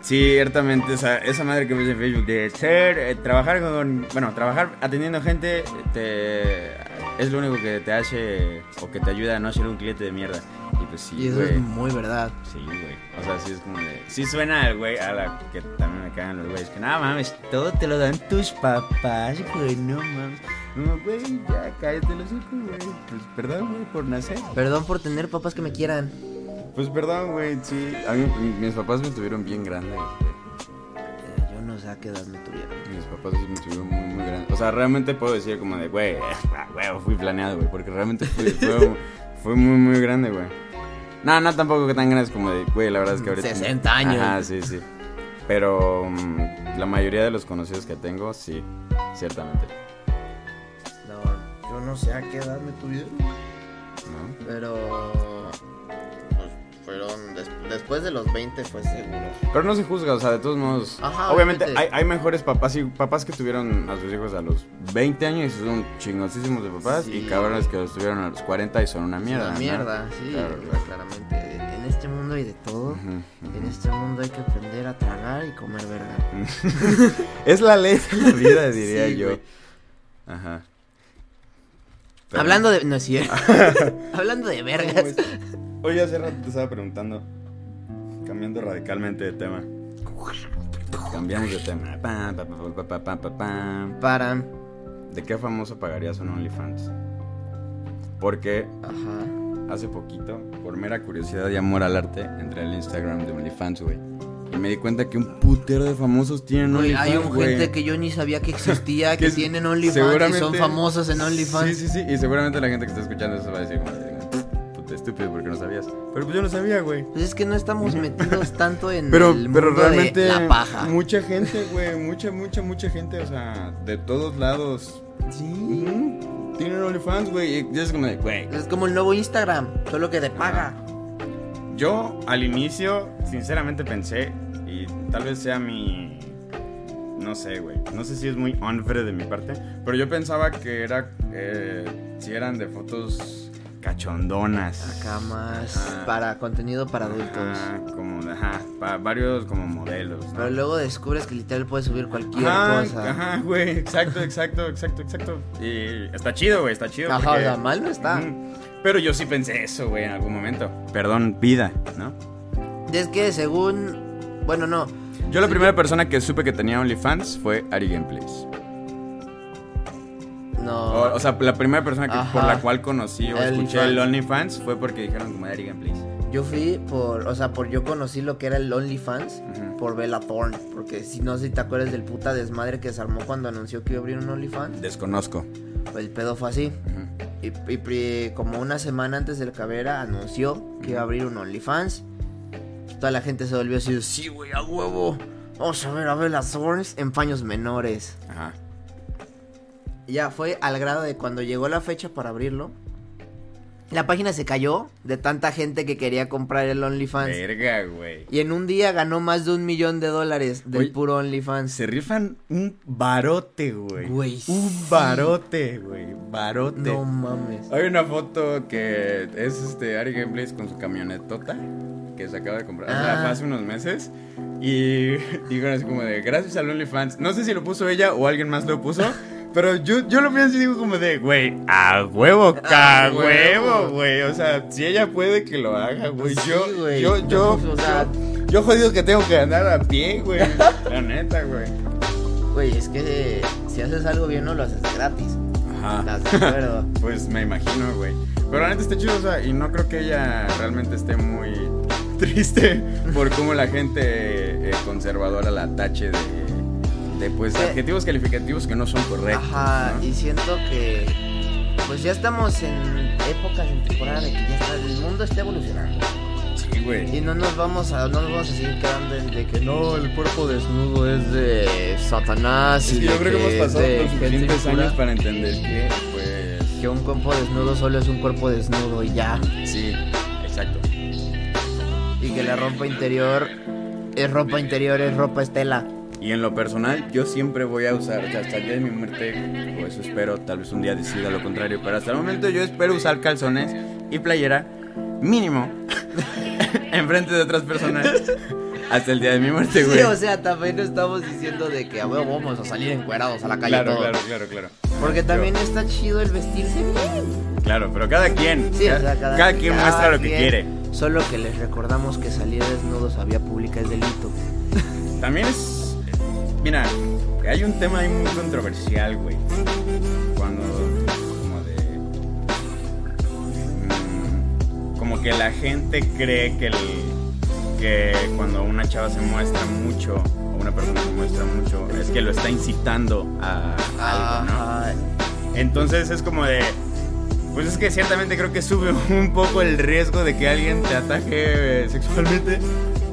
[SPEAKER 2] ciertamente esa, esa madre que me dice en Facebook de ser, eh, trabajar con, bueno, trabajar atendiendo gente te, es lo único que te hace o que te ayuda a no ser un cliente de mierda. Y pues sí,
[SPEAKER 3] Y eso
[SPEAKER 2] güey.
[SPEAKER 3] es muy verdad.
[SPEAKER 2] Sí, güey. O sea, sí es como de. Sí suena al güey, a la que también me cagan los güeyes. Que nada mames, todo te lo dan tus papás, güey. No mames. No, güey, ya cállate los hijos, güey. Pues perdón, güey, por nacer.
[SPEAKER 3] Perdón por tener papás que me quieran.
[SPEAKER 2] Pues perdón, güey, sí. A mí, mi- mis papás me tuvieron bien grandes, güey.
[SPEAKER 3] Pero Eh, yo no sé a qué edad me tuvieron.
[SPEAKER 2] Mis papás sí me tuvieron muy, muy grandes. O sea, realmente puedo decir como de, güey, ah, güey, fui planeado, güey. Porque realmente fui, fue, fue muy, muy grande, güey. No, no, tampoco que tan grandes como de, güey, la verdad es que ahorita.
[SPEAKER 3] 60 años.
[SPEAKER 2] Ah, sí, sí. Pero mm, la mayoría de los conocidos que tengo, sí, ciertamente.
[SPEAKER 3] No, yo no sé a qué edad me tuvieron.
[SPEAKER 2] ¿No?
[SPEAKER 3] Pero... pues, Fueron des- después de los 20 fue seguro.
[SPEAKER 2] Pero no se juzga, o sea, de todos modos.
[SPEAKER 3] Ajá,
[SPEAKER 2] obviamente
[SPEAKER 3] obviamente.
[SPEAKER 2] hay, hay mejores papás y papás que tuvieron a sus hijos a los 20 años y son chingosísimos de papás.
[SPEAKER 3] Sí.
[SPEAKER 2] Y cabrones que los tuvieron a los 40 y son una mierda.
[SPEAKER 3] Una
[SPEAKER 2] ¿no?
[SPEAKER 3] mierda, sí,
[SPEAKER 2] Claro, claro.
[SPEAKER 3] claramente. En este mundo hay de todo.
[SPEAKER 2] Ujú,
[SPEAKER 3] En
[SPEAKER 2] ujú.
[SPEAKER 3] este mundo hay que aprender a tragar y comer verga.
[SPEAKER 2] Es la ley de la vida, diría
[SPEAKER 3] Sí,
[SPEAKER 2] yo.
[SPEAKER 3] güey.
[SPEAKER 2] Ajá.
[SPEAKER 3] Hablando de. No es cierto. Hablando de vergas.
[SPEAKER 2] Oye, hace rato te estaba preguntando, cambiando radicalmente de tema. Cambiamos de tema. Pam, pa, pa, pa, pa, pa, pa, pam.
[SPEAKER 3] Para.
[SPEAKER 2] ¿De qué famoso pagarías un OnlyFans? Porque
[SPEAKER 3] Ajá.
[SPEAKER 2] hace poquito, por mera curiosidad y amor al arte, entré al Instagram de OnlyFans, güey. Y me di cuenta que un putero de famosos tienen
[SPEAKER 3] Güey,
[SPEAKER 2] OnlyFans.
[SPEAKER 3] hay un
[SPEAKER 2] güey.
[SPEAKER 3] gente que yo ni sabía que existía, que
[SPEAKER 2] es-
[SPEAKER 3] tienen OnlyFans y
[SPEAKER 2] seguramente-
[SPEAKER 3] son famosos en
[SPEAKER 2] Sí,
[SPEAKER 3] OnlyFans.
[SPEAKER 2] sí, sí. Y seguramente la gente que está escuchando eso va a decir, como, puta estúpido, porque no sabías. Pero pues yo no sabía, güey.
[SPEAKER 3] Pues es que no estamos metidos tanto en
[SPEAKER 2] Pero,
[SPEAKER 3] el
[SPEAKER 2] pero
[SPEAKER 3] mundo
[SPEAKER 2] realmente
[SPEAKER 3] de la paja.
[SPEAKER 2] mucha gente, güey, mucha, mucha, mucha gente, o sea, de todos lados. Sí. Tienen OnlyFans, güey. Y es como de, güey.
[SPEAKER 3] Es como el nuevo Instagram, solo que de
[SPEAKER 2] Ah.
[SPEAKER 3] paga.
[SPEAKER 2] Yo al inicio, sinceramente pensé, y tal vez sea mi. No sé, güey. No sé si es muy hombre de mi parte, pero yo pensaba que era. eh, si eran de fotos cachondonas.
[SPEAKER 3] Acá más
[SPEAKER 2] Ajá.
[SPEAKER 3] para contenido para Ah, adultos.
[SPEAKER 2] Ajá, como, ajá, para varios como modelos. ¿no?
[SPEAKER 3] Pero luego descubres que literal puedes subir cualquier
[SPEAKER 2] Ajá,
[SPEAKER 3] cosa.
[SPEAKER 2] ajá, güey, exacto, exacto, exacto, exacto. Y está chido, güey, está chido.
[SPEAKER 3] Ajá,
[SPEAKER 2] porque-
[SPEAKER 3] o sea, mal no está.
[SPEAKER 2] Ujú. Pero yo sí pensé eso, güey, en algún momento. Perdón, vida, ¿no?
[SPEAKER 3] Es que según. Bueno, no.
[SPEAKER 2] Yo la primera persona que supe que tenía OnlyFans fue Ari Gameplays.
[SPEAKER 3] No.
[SPEAKER 2] O, o sea, la primera persona que, por
[SPEAKER 3] Ajá.
[SPEAKER 2] la cual conocí o
[SPEAKER 3] El
[SPEAKER 2] escuché
[SPEAKER 3] OnlyFans.
[SPEAKER 2] el OnlyFans fue porque dijeron como de Ari Gameplays.
[SPEAKER 3] Yo fui por, o sea, por yo conocí lo que era el OnlyFans
[SPEAKER 2] Ujú.
[SPEAKER 3] por Bella Thorne, porque si no sé si te acuerdas del puta desmadre que se armó cuando anunció que iba a abrir un OnlyFans,
[SPEAKER 2] Desconozco.
[SPEAKER 3] pues el pedo fue así.
[SPEAKER 2] Ujú.
[SPEAKER 3] Y, y pri- como una semana antes de la cabera anunció que iba a abrir un OnlyFans. Toda la gente se volvió así, de, sí, güey, a huevo. Vamos a ver a Bella Thorne en paños menores.
[SPEAKER 2] Ajá.
[SPEAKER 3] Y ya fue al grado de cuando llegó la fecha para abrirlo. La página se cayó de tanta gente que quería comprar el OnlyFans.
[SPEAKER 2] Verga, güey.
[SPEAKER 3] Y en un día ganó más de un millón de dólares del
[SPEAKER 2] Oye.
[SPEAKER 3] puro OnlyFans.
[SPEAKER 2] Se rifan un barote, güey.
[SPEAKER 3] Güey, sí.
[SPEAKER 2] Un barote, güey. Barote.
[SPEAKER 3] No mames.
[SPEAKER 2] Hay una foto que es este Ari Gameplays con su camionetota que se acaba de comprar o sea,
[SPEAKER 3] Ah.
[SPEAKER 2] fue hace unos meses y digo así como de gracias al OnlyFans. No sé si lo puso ella o alguien más lo puso, pero yo, yo lo pienso y digo como de güey, a huevo, ca
[SPEAKER 3] A
[SPEAKER 2] huevo,
[SPEAKER 3] huevo.
[SPEAKER 2] güey. O sea, si ella puede que lo haga, güey.
[SPEAKER 3] Sí,
[SPEAKER 2] yo,
[SPEAKER 3] güey.
[SPEAKER 2] yo, yo,
[SPEAKER 3] O sea,
[SPEAKER 2] yo jodido que tengo que andar a pie, güey. La neta, güey.
[SPEAKER 3] güey, es que si haces algo bien no lo haces gratis.
[SPEAKER 2] Ajá.
[SPEAKER 3] ¿Estás de acuerdo?
[SPEAKER 2] Pues me imagino, güey. Pero la neta está chido, o sea, y no creo que ella realmente esté muy triste por cómo la gente eh, conservadora la tache de, de pues,
[SPEAKER 3] Sí.
[SPEAKER 4] Eh.
[SPEAKER 2] adjetivos calificativos que no son correctos.
[SPEAKER 3] Ajá,
[SPEAKER 2] ¿no?
[SPEAKER 3] y siento que pues ya estamos en épocas en temporada de que ya está- el mundo está evolucionando.
[SPEAKER 2] Sí, güey.
[SPEAKER 3] Y no nos vamos a, no nos vamos a seguir quedando en de que
[SPEAKER 4] No, el cuerpo desnudo es de Satanás.
[SPEAKER 2] Es
[SPEAKER 4] y
[SPEAKER 2] que yo
[SPEAKER 4] de
[SPEAKER 2] creo que hemos
[SPEAKER 4] es
[SPEAKER 2] pasado
[SPEAKER 4] de
[SPEAKER 2] los
[SPEAKER 4] gente
[SPEAKER 2] suficientes
[SPEAKER 4] impura.
[SPEAKER 2] años para entender que, pues,
[SPEAKER 3] que un cuerpo desnudo solo es un cuerpo desnudo y ya.
[SPEAKER 2] sí, exacto.
[SPEAKER 3] Y que la ropa interior es ropa interior, es ropa estela.
[SPEAKER 2] Y en lo personal, yo siempre voy a usar, o sea, hasta el día de mi muerte, o eso espero, tal vez un día decida lo contrario, pero hasta el momento yo espero usar calzones y playera, mínimo, enfrente de otras personas, hasta el día de mi muerte, güey.
[SPEAKER 3] Sí, o sea, también no estamos diciendo de que a huevo vamos a salir encuerados a la calle
[SPEAKER 2] claro,
[SPEAKER 3] todo.
[SPEAKER 2] claro, claro, claro.
[SPEAKER 3] Porque también está chido el vestirse bien.
[SPEAKER 2] Claro, pero cada quien,
[SPEAKER 3] Sí,
[SPEAKER 2] ca-
[SPEAKER 3] o sea, cada,
[SPEAKER 2] cada quien
[SPEAKER 3] cada
[SPEAKER 2] muestra lo que
[SPEAKER 3] quien.
[SPEAKER 2] quiere.
[SPEAKER 3] Solo que les recordamos que salir desnudos a vía pública es delito.
[SPEAKER 2] También es. Mira, hay un tema ahí muy controversial, güey. Cuando. Como de. mm, Como que la gente cree que el. Que cuando una chava se muestra mucho, o una persona se muestra mucho, es que lo está incitando a algo, Ah, ¿no?
[SPEAKER 3] Ajá.
[SPEAKER 2] Entonces es como de. Pues es que ciertamente creo que sube un poco el riesgo de que alguien te ataque eh, sexualmente.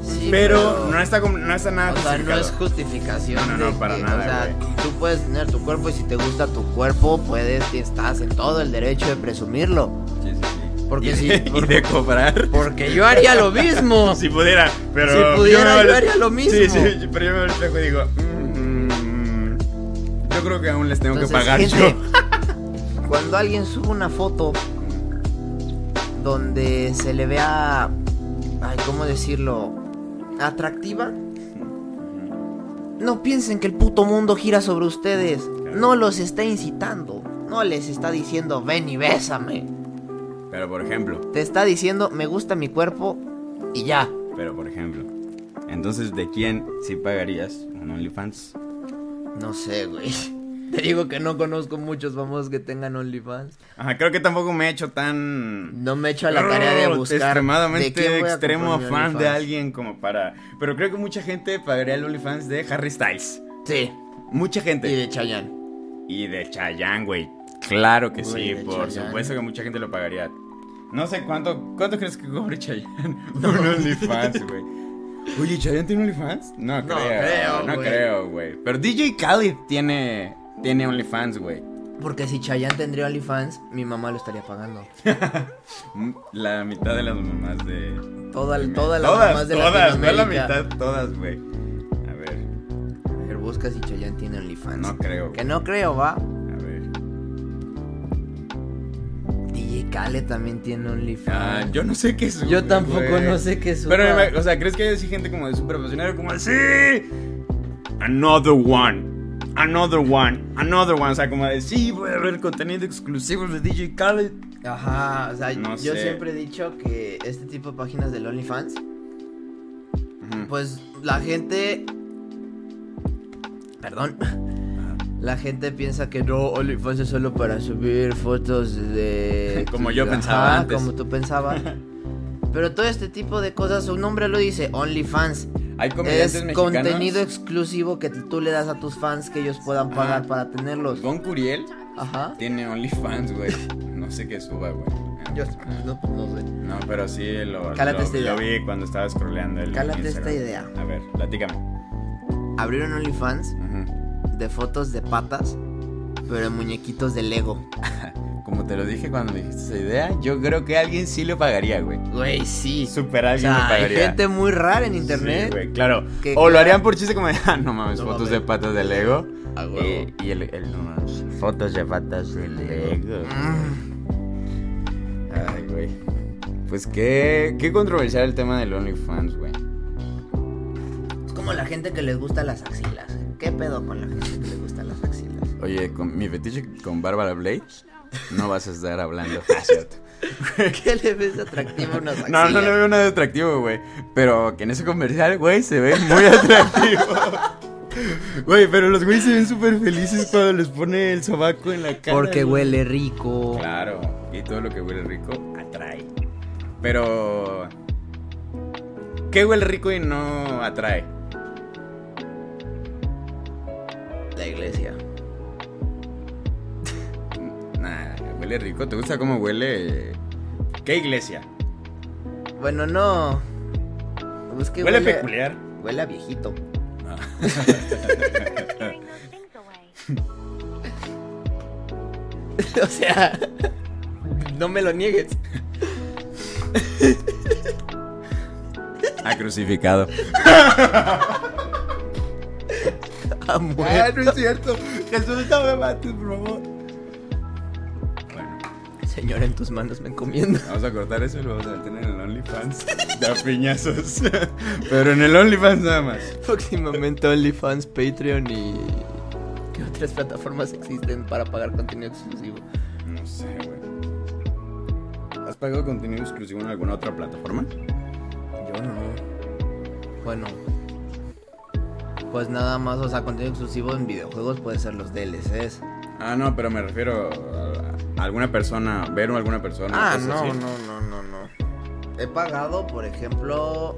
[SPEAKER 3] Sí,
[SPEAKER 2] Pero no está, como- no está nada
[SPEAKER 3] O sea, no
[SPEAKER 2] justificado.
[SPEAKER 3] es justificación.
[SPEAKER 2] No, no, no,
[SPEAKER 3] de
[SPEAKER 2] para
[SPEAKER 3] que-
[SPEAKER 2] nada,
[SPEAKER 3] O sea,
[SPEAKER 2] güey.
[SPEAKER 3] tú puedes tener tu cuerpo y si te gusta tu cuerpo, puedes, estás en todo el derecho de presumirlo.
[SPEAKER 2] Sí, sí, sí.
[SPEAKER 3] Porque
[SPEAKER 2] y,
[SPEAKER 3] sí,
[SPEAKER 2] de-
[SPEAKER 3] por-
[SPEAKER 2] y de cobrar.
[SPEAKER 4] Porque yo haría lo mismo.
[SPEAKER 2] Si pudiera, pero.
[SPEAKER 4] Si pudiera,
[SPEAKER 2] me
[SPEAKER 4] yo
[SPEAKER 2] veo-
[SPEAKER 4] haría lo mismo.
[SPEAKER 2] Sí, sí, pero yo me veo al espejo y digo. "Mm, yo creo que aún les tengo que
[SPEAKER 3] Entonces,
[SPEAKER 2] pagar
[SPEAKER 3] gente,
[SPEAKER 2] yo.
[SPEAKER 3] Cuando alguien sube una foto donde se le vea, ay, ¿cómo decirlo? Atractiva. No piensen que el puto mundo gira sobre ustedes. No los está incitando. No les está diciendo, ven y bésame.
[SPEAKER 2] Pero por ejemplo,
[SPEAKER 3] Te está diciendo, me gusta mi cuerpo y ya.
[SPEAKER 2] pero por ejemplo. Entonces, ¿de quién sí pagarías un OnlyFans?
[SPEAKER 3] No sé, güey. Te digo que no conozco muchos famosos que tengan OnlyFans.
[SPEAKER 2] Ajá, creo que tampoco me he hecho tan.
[SPEAKER 3] No me he hecho a la tarea de
[SPEAKER 2] Brrr,
[SPEAKER 3] buscar. ¿de
[SPEAKER 2] Extremadamente
[SPEAKER 3] quién voy a
[SPEAKER 2] extremo
[SPEAKER 3] comprar mi
[SPEAKER 2] fan de
[SPEAKER 3] OnlyFans?
[SPEAKER 2] alguien como para. Pero creo que mucha gente pagaría el OnlyFans de Harry Styles.
[SPEAKER 3] Sí,
[SPEAKER 2] Mucha gente.
[SPEAKER 3] y de Chayanne.
[SPEAKER 2] Y de Chayanne, güey. Claro que
[SPEAKER 3] Güey,
[SPEAKER 2] sí,
[SPEAKER 3] de
[SPEAKER 2] por
[SPEAKER 3] Chayanne.
[SPEAKER 2] supuesto que mucha gente lo pagaría. No sé cuánto, ¿cuánto crees que cobre Chayanne? Un OnlyFans, güey. Oye, ¿Chayanne tiene OnlyFans? No, creo.
[SPEAKER 3] creo,
[SPEAKER 2] no
[SPEAKER 3] güey.
[SPEAKER 2] creo, güey. Pero DJ Khaled tiene, tiene OnlyFans, güey.
[SPEAKER 3] Porque si Chayanne tendría OnlyFans, mi mamá lo estaría pagando.
[SPEAKER 2] Mm, La mitad de las mamás de.
[SPEAKER 3] Toda,
[SPEAKER 2] de-
[SPEAKER 3] todas las
[SPEAKER 2] todas,
[SPEAKER 3] mamás de
[SPEAKER 2] todas, no la
[SPEAKER 3] Latinoamérica.
[SPEAKER 2] mitad, todas, güey. A ver,
[SPEAKER 3] A ver, busca si Chayanne tiene OnlyFans.
[SPEAKER 2] no creo.
[SPEAKER 3] Que no creo,
[SPEAKER 2] A
[SPEAKER 3] va.
[SPEAKER 2] ver.
[SPEAKER 3] DJ Cale también tiene
[SPEAKER 2] Ah,
[SPEAKER 3] OnlyFans.
[SPEAKER 2] yo no sé qué es.
[SPEAKER 3] Yo tampoco no sé qué suba.
[SPEAKER 2] Pero, me- o sea, ¿crees que hay así gente como de súper apasionada? Como así. Another one. Another one. Another one. O sea, como de sí, voy a ver contenido exclusivo de DJ Khaled.
[SPEAKER 3] Ajá, o sea,
[SPEAKER 2] No
[SPEAKER 3] yo
[SPEAKER 2] sé.
[SPEAKER 3] siempre he dicho que este tipo de páginas del OnlyFans, pues la gente. Perdón. La gente piensa que no, OnlyFans es solo para subir fotos de.
[SPEAKER 2] Como yo
[SPEAKER 3] Ajá,
[SPEAKER 2] pensaba antes.
[SPEAKER 3] Como tú pensabas. Pero todo este tipo de cosas, su nombre lo dice, OnlyFans.
[SPEAKER 2] Hay comediantes
[SPEAKER 3] Es
[SPEAKER 2] mexicanos.
[SPEAKER 3] contenido exclusivo que tú le das a tus fans que ellos puedan pagar
[SPEAKER 2] Ajá.
[SPEAKER 3] para tenerlos.
[SPEAKER 2] Don Curiel
[SPEAKER 3] Ajá.
[SPEAKER 2] tiene OnlyFans, güey. No sé qué suba, güey.
[SPEAKER 3] Yo no, no sé.
[SPEAKER 2] No, pero sí lo,
[SPEAKER 3] Cálate
[SPEAKER 2] lo-
[SPEAKER 3] esta idea.
[SPEAKER 2] lo vi cuando estaba scrolleando el
[SPEAKER 3] Cálate este
[SPEAKER 2] Instagram.
[SPEAKER 3] esta idea.
[SPEAKER 2] A ver, platícame.
[SPEAKER 3] Abrieron OnlyFans
[SPEAKER 2] Ujú.
[SPEAKER 3] de fotos de patas, pero en muñequitos de Lego.
[SPEAKER 2] Como te lo dije cuando me dijiste esa idea, yo creo que alguien sí lo pagaría, güey.
[SPEAKER 3] Güey, sí.
[SPEAKER 2] Super
[SPEAKER 3] O
[SPEAKER 2] alguien
[SPEAKER 3] sea,
[SPEAKER 2] lo
[SPEAKER 3] hay
[SPEAKER 2] pagaría.
[SPEAKER 3] gente muy rara en
[SPEAKER 2] Sí,
[SPEAKER 3] internet.
[SPEAKER 2] güey, claro.
[SPEAKER 3] Que-
[SPEAKER 2] o lo harían por chiste como de, ah, no mames,
[SPEAKER 3] No
[SPEAKER 2] fotos
[SPEAKER 3] mames.
[SPEAKER 2] de patas de Lego.
[SPEAKER 3] A huevo.
[SPEAKER 2] Eh, Y, el, el- no mames, fotos de patas de Lego.
[SPEAKER 3] Mm,
[SPEAKER 2] Ay, güey. Pues qué, qué controversial el tema del OnlyFans, güey.
[SPEAKER 3] es como la gente que les gusta las axilas. ¿Qué pedo con la gente que les gusta las axilas?
[SPEAKER 2] Oye, con mi fetiche con Bárbara Blake, no vas a estar hablando. Ah, cierto.
[SPEAKER 3] ¿Qué le ves atractivo a unas axilas?
[SPEAKER 2] No, no le veo nada atractivo, güey. Pero que en ese comercial, güey, se ve muy atractivo. Güey, pero los güeyes se ven súper felices cuando les pone el sobaco en la cara.
[SPEAKER 3] Porque
[SPEAKER 2] güey.
[SPEAKER 3] huele rico.
[SPEAKER 2] Claro, y todo lo que huele rico atrae. Pero. ¿Qué huele rico y no atrae?
[SPEAKER 3] La iglesia.
[SPEAKER 2] Nah, huele rico. ¿Te gusta cómo huele? ¿Qué iglesia?
[SPEAKER 3] Bueno, no. Pues que
[SPEAKER 2] Huele peculiar.
[SPEAKER 3] Huele a viejito. o sea, no me lo niegues.
[SPEAKER 2] Ha Ah, crucificado.
[SPEAKER 3] A muerte,
[SPEAKER 2] Ah, no es cierto. Jesús, no me mates, por favor. Bueno,
[SPEAKER 3] Señor, en tus manos me encomiendo.
[SPEAKER 2] vamos a cortar eso y lo vamos a meter en el OnlyFans. De a piñazos. Pero en el OnlyFans nada más.
[SPEAKER 3] Próximamente OnlyFans, Patreon y. ¿Qué otras plataformas existen para pagar contenido exclusivo?
[SPEAKER 2] No sé, güey. ¿Has pagado contenido exclusivo en alguna otra plataforma?
[SPEAKER 3] Yo no. Bueno. Pues nada más, o sea, contenido exclusivo en videojuegos puede ser los DLCs.
[SPEAKER 2] Ah, no, pero me refiero a alguna persona, ver a alguna persona.
[SPEAKER 4] Ah,
[SPEAKER 2] cosas
[SPEAKER 4] no,
[SPEAKER 2] así.
[SPEAKER 4] no, no, no, no.
[SPEAKER 3] He pagado, por ejemplo,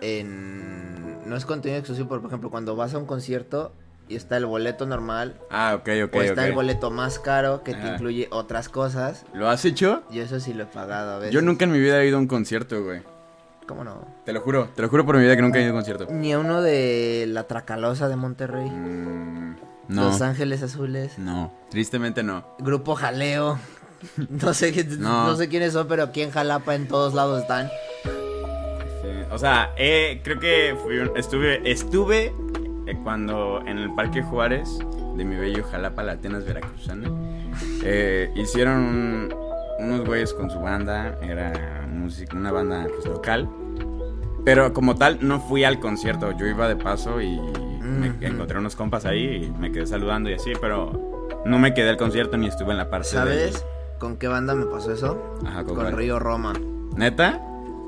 [SPEAKER 3] eh, en. No es contenido exclusivo, pero por ejemplo, cuando vas a un concierto y está el boleto normal,
[SPEAKER 2] Ah, ok, ok,
[SPEAKER 3] o Pues está el
[SPEAKER 2] ok.
[SPEAKER 3] boleto más caro que te
[SPEAKER 2] Ajá.
[SPEAKER 3] incluye otras cosas.
[SPEAKER 2] ¿Lo has hecho?
[SPEAKER 3] Yo eso sí lo he pagado a veces.
[SPEAKER 2] Yo nunca en mi vida he ido a un concierto, güey.
[SPEAKER 3] ¿Cómo no?
[SPEAKER 2] Te lo juro, te lo juro por mi vida que nunca he ido a un concierto.
[SPEAKER 3] Ni a uno de La Tracalosa de Monterrey.
[SPEAKER 2] Mm, no,
[SPEAKER 3] Los Ángeles Azules.
[SPEAKER 2] no, tristemente no.
[SPEAKER 3] Grupo Jaleo. No sé, qué-
[SPEAKER 2] No.
[SPEAKER 3] no sé quiénes son, pero aquí en Jalapa en todos lados están.
[SPEAKER 2] Sí, O sea, eh, creo que fui un- estuve, estuve eh, cuando en el Parque Juárez de mi bello Jalapa, la Atenas Veracruzana, eh, hicieron un- unos güeyes con su banda, era música, una banda pues, local, pero como tal no fui al concierto, yo iba de paso y me
[SPEAKER 3] Ujú.
[SPEAKER 2] encontré unos compas ahí y me quedé saludando y así, pero no me quedé al concierto ni estuve en la parte del-
[SPEAKER 3] ¿Sabes con qué banda me pasó eso?
[SPEAKER 2] Ajá, ¿con
[SPEAKER 3] con
[SPEAKER 2] cuál?
[SPEAKER 3] Río Roma.
[SPEAKER 2] ¿Neta?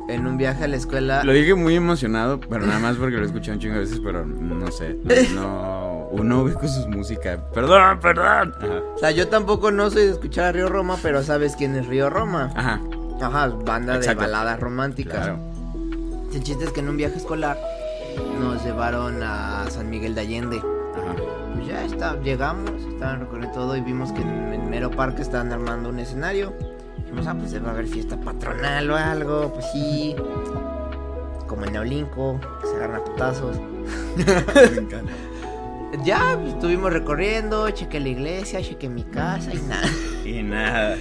[SPEAKER 3] En un viaje a la escuela.
[SPEAKER 2] Lo dije muy emocionado, pero nada más porque lo escuché un chingo de veces, pero no sé. No, no, no ubico sus música. Perdón, perdón. Ajá.
[SPEAKER 3] O sea, yo tampoco no soy de escuchar a Río Roma, pero sabes quién es Río Roma.
[SPEAKER 2] Ajá,
[SPEAKER 3] Ajá, banda
[SPEAKER 2] Ah. Exacto.
[SPEAKER 3] de baladas románticas.
[SPEAKER 2] claro.
[SPEAKER 3] El chiste es que en un viaje escolar nos llevaron a San Miguel de Allende.
[SPEAKER 2] Ajá.
[SPEAKER 3] Pues ya está, llegamos, estaban recorriendo todo y vimos que en, en Mero Parque estaban armando un escenario. Dijimos, ah, pues debe haber fiesta patronal o algo, pues sí. Como en Neolinco, que se agarran a putazos. Ya, pues, estuvimos recorriendo, chequé la iglesia, chequé mi casa y nada.
[SPEAKER 2] Y nada.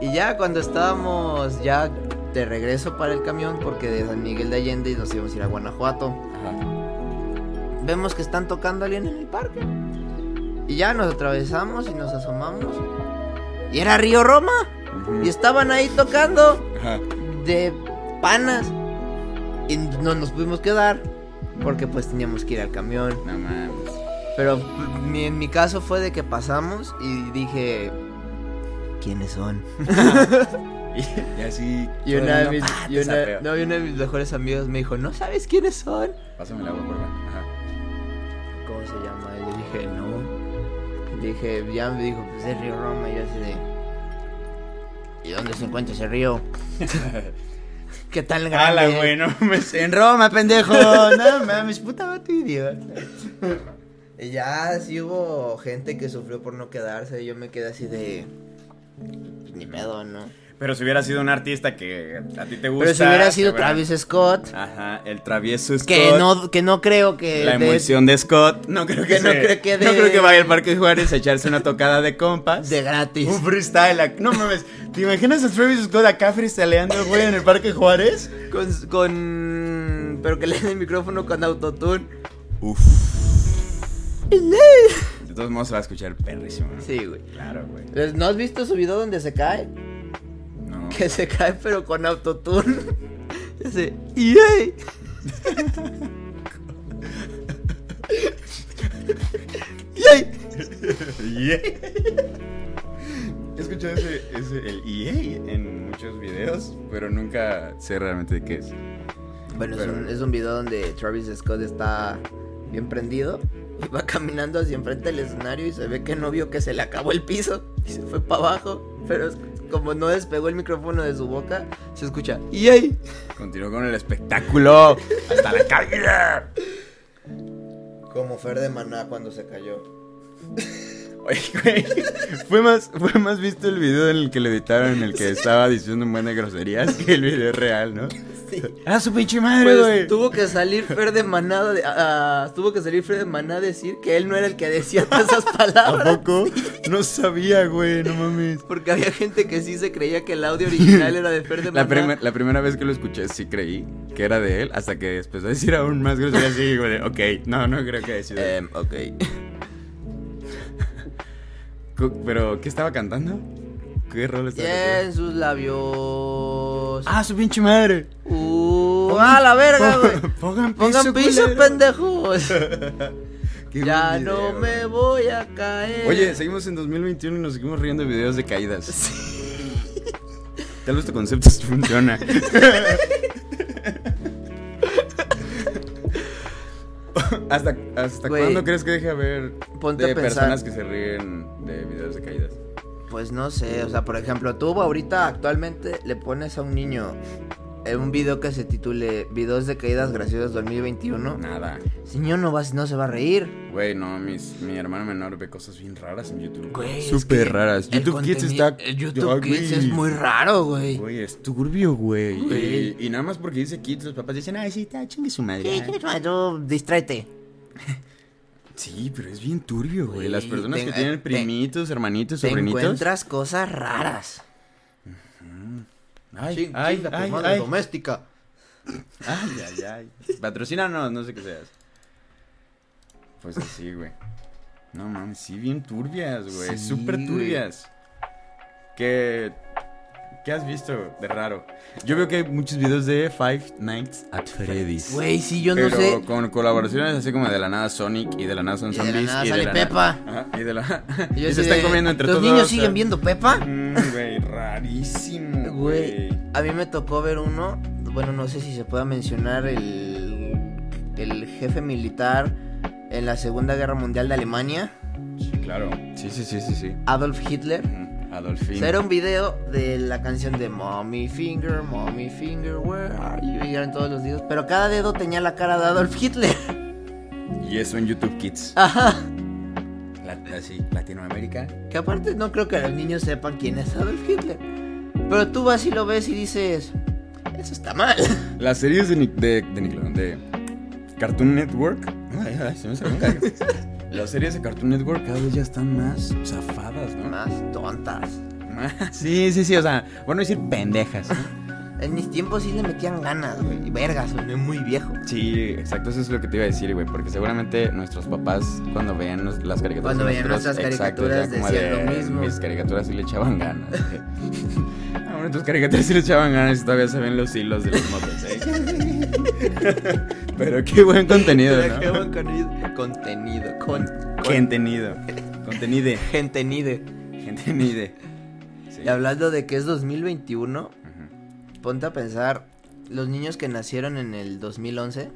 [SPEAKER 3] Y ya cuando estábamos ya de regreso para el camión, porque de San Miguel de Allende nos íbamos a ir a Guanajuato,
[SPEAKER 2] Ajá.
[SPEAKER 3] vemos que están tocando alguien en el parque. Y ya nos atravesamos y nos asomamos. Y era Río Roma.
[SPEAKER 2] Ujú.
[SPEAKER 3] Y estaban ahí tocando
[SPEAKER 2] Ajá.
[SPEAKER 3] de panas. Y no nos pudimos quedar. Porque pues teníamos que ir al camión.
[SPEAKER 2] No mames.
[SPEAKER 3] Pero mi- en mi caso fue de que pasamos y dije... ¿Quiénes son?
[SPEAKER 2] Y, y así.
[SPEAKER 3] Y
[SPEAKER 2] todo el
[SPEAKER 3] una, de
[SPEAKER 2] mundo,
[SPEAKER 3] mis,
[SPEAKER 2] "Ah,
[SPEAKER 3] y
[SPEAKER 2] te
[SPEAKER 3] una-
[SPEAKER 2] sapeo".
[SPEAKER 3] no, y una de mis mejores amigos me dijo, ¿no sabes quiénes son?
[SPEAKER 2] Pásame el agua, por favor. Ajá.
[SPEAKER 3] ¿Cómo se llama? Y le dije, no. Le dije, ya me dijo, pues es Río Roma. Y yo así de... ¿Y dónde se encuentra ese río? ¿Qué tal grande?
[SPEAKER 2] Ala, güey, no me
[SPEAKER 3] En Roma, pendejo. No mames, puta vato idiota. Y ya sí hubo gente que sufrió por no quedarse. y Yo me quedé así de. pues, Ni pedo, ¿no?
[SPEAKER 2] Pero si hubiera sido un artista que a ti te gusta.
[SPEAKER 3] Pero si hubiera sido
[SPEAKER 2] seguramente-
[SPEAKER 3] Travis Scott,
[SPEAKER 2] Ajá, el travieso Scott.
[SPEAKER 3] que no, que no creo que.
[SPEAKER 2] La
[SPEAKER 3] de-
[SPEAKER 2] emulsión de Scott. No creo que,
[SPEAKER 3] Que no
[SPEAKER 2] se-
[SPEAKER 3] creo que de-
[SPEAKER 2] no creo que vaya al Parque Juárez a echarse una tocada de compas.
[SPEAKER 3] De gratis.
[SPEAKER 2] Un freestyle. ac- No mames. ¿Te imaginas a Travis Scott acá freestyleando, güey, en el Parque Juárez?
[SPEAKER 3] Con, con- Pero que le den el micrófono con autotune.
[SPEAKER 2] Uf. De todos modos se va a escuchar perrísimo, ¿no?
[SPEAKER 3] Sí, güey.
[SPEAKER 2] Claro, güey.
[SPEAKER 3] Pues, ¿No has visto su video donde se cae?
[SPEAKER 2] No.
[SPEAKER 3] Que se cae, pero con autotune. Ese. ¡Yay! ¡Yay!
[SPEAKER 2] Yeah. He escuchado ese, ese, el EA en muchos videos, pero nunca sé realmente qué es.
[SPEAKER 3] Bueno, es
[SPEAKER 2] Pero-
[SPEAKER 3] un, es un video donde Travis Scott está bien prendido y va caminando hacia enfrente del escenario y se ve que no vio que se le acabó el piso y se fue para abajo. Pero es- como no despegó el micrófono de su boca, se escucha ¡Yay!
[SPEAKER 2] Continúo con el espectáculo. Hasta la caída.
[SPEAKER 3] Como Fer de Maná cuando se cayó.
[SPEAKER 2] Oye, güey. Fue más, fue más visto el video en el que lo editaron, en el que estaba diciendo un buen de groserías, que el video real, ¿no?
[SPEAKER 3] Sí.
[SPEAKER 2] ¡Ah, su pinche madre,
[SPEAKER 3] Pues
[SPEAKER 2] güey!
[SPEAKER 3] tuvo que salir Fer de Maná de- a- a- tuvo que salir Fer de Maná a decir que él no era el que decía todas esas
[SPEAKER 2] ¿A
[SPEAKER 3] palabras.
[SPEAKER 2] poco? No sabía, güey, no mames.
[SPEAKER 3] Porque había gente que sí se creía que el audio original era de Fer de
[SPEAKER 2] La,
[SPEAKER 3] Maná.
[SPEAKER 2] primer- la primera vez que lo escuché sí creí que era de él, hasta que empezó a decir aún más groserías y digo, de, ok, no, no creo que haya sido él".
[SPEAKER 3] Em, ok.
[SPEAKER 2] Cu- ¿Pero qué estaba cantando? ¿Qué rol estaba
[SPEAKER 3] Y
[SPEAKER 2] cantando?
[SPEAKER 3] en sus labios.
[SPEAKER 2] ¡Ah, su pinche madre!
[SPEAKER 3] Uh, ¡A la verga, güey!
[SPEAKER 2] Pongan piso,
[SPEAKER 3] Pongan piso,
[SPEAKER 2] culero.
[SPEAKER 3] pendejos.
[SPEAKER 2] Qué
[SPEAKER 3] ya
[SPEAKER 2] buen video,
[SPEAKER 3] no
[SPEAKER 2] güey.
[SPEAKER 3] me voy a caer.
[SPEAKER 2] Oye, seguimos en 2021 y nos seguimos riendo de videos de caídas. Tal vez tu concepto sí funciona. ¿Hasta, hasta
[SPEAKER 3] Güey.
[SPEAKER 2] cuándo crees que deje haber
[SPEAKER 3] Ponte
[SPEAKER 2] de
[SPEAKER 3] a pensar.
[SPEAKER 2] personas que se ríen de videos de caídas?
[SPEAKER 3] Pues no sé, o sea, por ejemplo, tú ahorita actualmente le pones a un niño eh, un video que se titule Videos de caídas graciosas 2021.
[SPEAKER 2] Nada.
[SPEAKER 3] Ese niño no, va, no se va a reír.
[SPEAKER 2] Güey, no, mis, mi hermano menor ve cosas bien raras en YouTube.
[SPEAKER 3] Güey, es
[SPEAKER 2] Súper
[SPEAKER 3] que
[SPEAKER 2] raras.
[SPEAKER 3] el
[SPEAKER 2] YouTube Kids
[SPEAKER 3] contenido-
[SPEAKER 2] está.
[SPEAKER 3] el YouTube Kids es muy raro, güey.
[SPEAKER 2] Güey, es turbio, güey. Eh,
[SPEAKER 3] Güey.
[SPEAKER 2] Y, y nada más porque dice Kids, los papás dicen, ay, sí, está chingue su madre.
[SPEAKER 3] Sí, sí, no, tú distráete.
[SPEAKER 2] Sí, pero es bien turbio, güey.
[SPEAKER 3] Güey,
[SPEAKER 2] Las personas
[SPEAKER 3] te-
[SPEAKER 2] que tienen
[SPEAKER 3] te-
[SPEAKER 2] primitos, hermanitos,
[SPEAKER 3] Te
[SPEAKER 2] sobrinitos.
[SPEAKER 3] encuentras cosas raras.
[SPEAKER 2] Ay,
[SPEAKER 3] Ching-
[SPEAKER 2] ay,
[SPEAKER 3] chinga tu
[SPEAKER 2] ay,
[SPEAKER 3] madre
[SPEAKER 2] ay.
[SPEAKER 3] doméstica.
[SPEAKER 2] Ay, ay, ay. Patrocínanos, no sé qué seas. Pues así, güey. No mames, sí, bien turbias, güey.
[SPEAKER 3] Sí,
[SPEAKER 2] Súper
[SPEAKER 3] güey.
[SPEAKER 2] turbias. ¿Qué, ¿Qué has visto de raro? Yo veo que hay muchos videos de Five Nights at Freddy's.
[SPEAKER 3] Güey, sí, yo no
[SPEAKER 2] pero
[SPEAKER 3] sé.
[SPEAKER 2] con colaboraciones así como de la nada Sonic y de la nada son
[SPEAKER 3] Y de la
[SPEAKER 2] zombies.
[SPEAKER 3] nada
[SPEAKER 2] y
[SPEAKER 3] sale
[SPEAKER 2] de la
[SPEAKER 3] Peppa.
[SPEAKER 2] Ajá, y de la.
[SPEAKER 3] Y
[SPEAKER 2] y
[SPEAKER 3] yo
[SPEAKER 2] se
[SPEAKER 3] así
[SPEAKER 2] están
[SPEAKER 3] de,
[SPEAKER 2] comiendo entre
[SPEAKER 3] ¿Los
[SPEAKER 2] todos.
[SPEAKER 3] niños
[SPEAKER 2] o sea,
[SPEAKER 3] siguen viendo Pepa?
[SPEAKER 2] mm, Güey, rarísimo.
[SPEAKER 3] Güey,
[SPEAKER 2] Güey.
[SPEAKER 3] a mí me tocó ver uno. Bueno, no sé si se pueda mencionar el, el jefe militar en la Segunda Guerra Mundial de Alemania,
[SPEAKER 2] Sí, claro. Sí, sí, sí, sí, sí.
[SPEAKER 3] Adolf Hitler.
[SPEAKER 2] Mm, Adolfín.
[SPEAKER 3] O sea, era un video de la canción de Mommy Finger, Mommy Finger, Where Are You? Y eran todos los dedos. Pero cada dedo tenía la cara de Adolf Hitler.
[SPEAKER 2] Y eso en YouTube Kids.
[SPEAKER 3] Ajá.
[SPEAKER 2] La- así, Latinoamérica.
[SPEAKER 3] Que aparte no creo que los niños sepan quién es Adolf Hitler. Pero tú vas y lo ves y dices, eso está mal.
[SPEAKER 2] Las series de, Ni- de, de Nickelodeon, de Cartoon Network. Ay, ay, se me salió un gallo. Las series de Cartoon Network cada vez ya están más zafadas, ¿no?
[SPEAKER 3] Más tontas.
[SPEAKER 2] Sí, sí, sí, o sea, bueno, decir pendejas. ¿no?
[SPEAKER 3] En mis tiempos sí le metían ganas, güey. Y verga, soné muy viejo.
[SPEAKER 2] Sí, exacto, eso es lo que te iba a decir, güey. Porque seguramente nuestros papás, cuando veían nos- las caricaturas.
[SPEAKER 3] Cuando
[SPEAKER 2] de
[SPEAKER 3] veían
[SPEAKER 2] nosotros,
[SPEAKER 3] nuestras
[SPEAKER 2] exacto,
[SPEAKER 3] caricaturas,
[SPEAKER 2] era como
[SPEAKER 3] decían lo
[SPEAKER 2] de,
[SPEAKER 3] mismo.
[SPEAKER 2] Mis caricaturas sí le echaban ganas. güey". ah, bueno, tus caricaturas sí le echaban ganas y todavía se ven los hilos de los motos. ¿eh? Pero qué buen contenido,
[SPEAKER 3] Pero qué
[SPEAKER 2] ¿no?
[SPEAKER 3] buen contenido. Contenido. Con,
[SPEAKER 2] Contenido. Contenide.
[SPEAKER 3] gente nide.
[SPEAKER 2] Contenide. Sí.
[SPEAKER 3] Y hablando de que es 2021,
[SPEAKER 2] Ujú.
[SPEAKER 3] ponte a pensar, los niños que nacieron en el 2011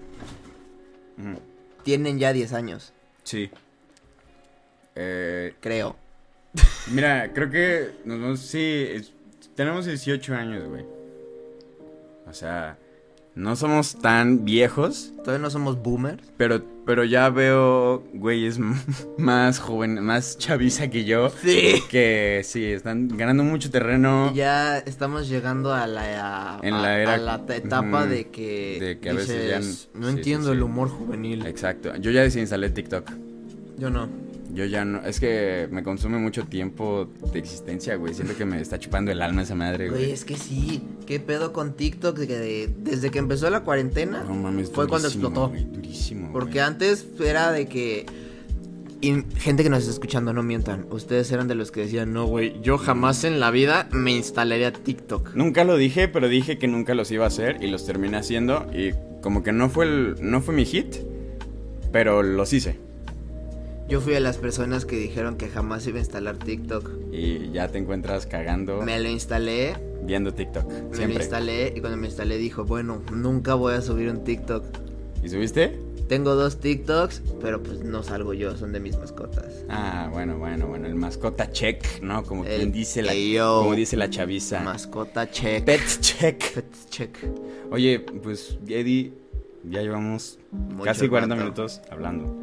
[SPEAKER 2] Ujú.
[SPEAKER 3] tienen ya 10 años,
[SPEAKER 2] Sí. Eh,
[SPEAKER 3] creo.
[SPEAKER 2] Mira, creo que nos vamos. Sí, es- tenemos 18 años, güey. O sea, no somos tan viejos,
[SPEAKER 3] Todavía no somos boomers.
[SPEAKER 2] pero, pero ya veo güeyes m- más jóvenes, más chaviza que yo.
[SPEAKER 3] Sí.
[SPEAKER 2] Que sí, están ganando mucho terreno.
[SPEAKER 3] Y Ya estamos llegando a la, a-
[SPEAKER 2] En
[SPEAKER 3] a-
[SPEAKER 2] la era-
[SPEAKER 3] a la te- etapa
[SPEAKER 2] Ujú.
[SPEAKER 3] de que,
[SPEAKER 2] De que a veces ya
[SPEAKER 3] dices,
[SPEAKER 2] n-
[SPEAKER 3] no
[SPEAKER 2] sí, sí,
[SPEAKER 3] entiendo
[SPEAKER 2] sí.
[SPEAKER 3] el humor juvenil.
[SPEAKER 2] Exacto. Yo ya desinstalé TikTok.
[SPEAKER 3] Yo no.
[SPEAKER 2] Yo ya no. Es que me consume mucho tiempo de existencia, güey. Siento que me está chupando el alma esa madre,
[SPEAKER 3] Güey,
[SPEAKER 2] güey.
[SPEAKER 3] es que sí. ¿Qué pedo con TikTok? De que de- desde que empezó la cuarentena
[SPEAKER 2] No mames,
[SPEAKER 3] fue cuando
[SPEAKER 2] durísimo,
[SPEAKER 3] explotó.
[SPEAKER 2] güey, durísimo.
[SPEAKER 3] Porque
[SPEAKER 2] güey.
[SPEAKER 3] antes era de que. y gente que nos está escuchando, no mientan. Ustedes eran de los que decían, no, güey, yo jamás en la vida me instalaría TikTok.
[SPEAKER 2] Nunca lo dije, pero dije que nunca los iba a hacer y los terminé haciendo y como que no fue el, no fue mi hit, pero los hice
[SPEAKER 3] Yo fui de las personas que dijeron que jamás iba a instalar TikTok.
[SPEAKER 2] y ya te encuentras cagando
[SPEAKER 3] Me lo instalé,
[SPEAKER 2] viendo TikTok
[SPEAKER 3] me lo
[SPEAKER 2] siempre.
[SPEAKER 3] instalé y cuando me instalé dijo, bueno, nunca voy a subir un TikTok.
[SPEAKER 2] ¿Y subiste?
[SPEAKER 3] Tengo dos TikToks, pero pues no salgo yo, son de mis mascotas.
[SPEAKER 2] Ah, bueno, bueno, bueno, el mascota check, ¿no? Como
[SPEAKER 3] El-
[SPEAKER 2] quien dice la
[SPEAKER 3] Ey, yo.
[SPEAKER 2] como dice la chaviza.
[SPEAKER 3] Mascota check.
[SPEAKER 2] Pet check.
[SPEAKER 3] Pet check.
[SPEAKER 2] Oye, pues Eddie, ya llevamos
[SPEAKER 3] Mucho
[SPEAKER 2] casi 40
[SPEAKER 3] rato.
[SPEAKER 2] minutos hablando.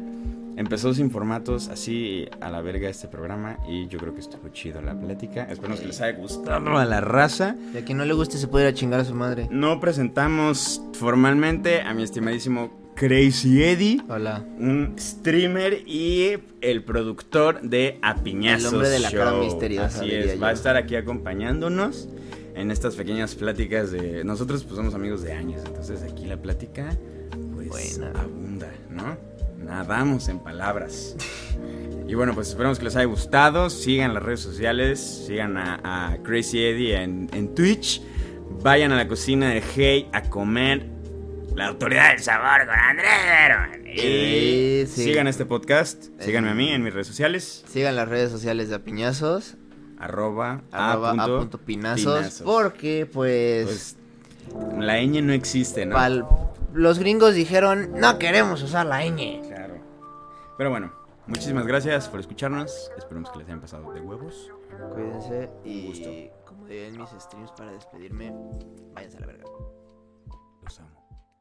[SPEAKER 2] Empezó sin formatos, así a la verga este programa y yo creo que estuvo chido la plática. Esperemos que les haya gustado a la raza.
[SPEAKER 3] Y a quien no le guste se puede ir a chingar a su madre.
[SPEAKER 2] No presentamos formalmente a mi estimadísimo Crazy Eddie,
[SPEAKER 3] Hola.
[SPEAKER 2] un streamer y el productor de Apiñazos
[SPEAKER 3] El hombre de la
[SPEAKER 2] Show.
[SPEAKER 3] cara misteriosa,
[SPEAKER 2] Así
[SPEAKER 3] diría
[SPEAKER 2] es, va a
[SPEAKER 3] yo.
[SPEAKER 2] estar aquí acompañándonos en estas pequeñas pláticas de nosotros pues somos amigos de años, entonces aquí la plática pues
[SPEAKER 3] Buena.
[SPEAKER 2] abunda, ¿no? Nadamos en palabras. Y bueno, pues esperamos que les haya gustado. Sigan las redes sociales, sigan a, a Crazy Eddie en, en Twitch. Vayan a la cocina de Hey a comer la autoridad del sabor con Andrés Verón. Y
[SPEAKER 3] Eh, sí. Eh.
[SPEAKER 2] sigan este podcast, síganme a mí en mis redes sociales.
[SPEAKER 3] Sigan las redes sociales de Apiñazos,
[SPEAKER 2] Arroba,
[SPEAKER 3] arroba
[SPEAKER 2] a punto
[SPEAKER 3] a punto pinazos,
[SPEAKER 2] pinazos.
[SPEAKER 3] porque pues,
[SPEAKER 2] Pues, la ñ no existe, ¿no?
[SPEAKER 3] pal- los gringos dijeron, no queremos usar la ñ.
[SPEAKER 2] Claro. Pero bueno, muchísimas gracias por escucharnos. Esperamos que les hayan pasado de huevos.
[SPEAKER 3] Cuídense y
[SPEAKER 2] gusto.
[SPEAKER 3] como diría en mis streams para despedirme, váyanse a la verga.
[SPEAKER 2] Los amo.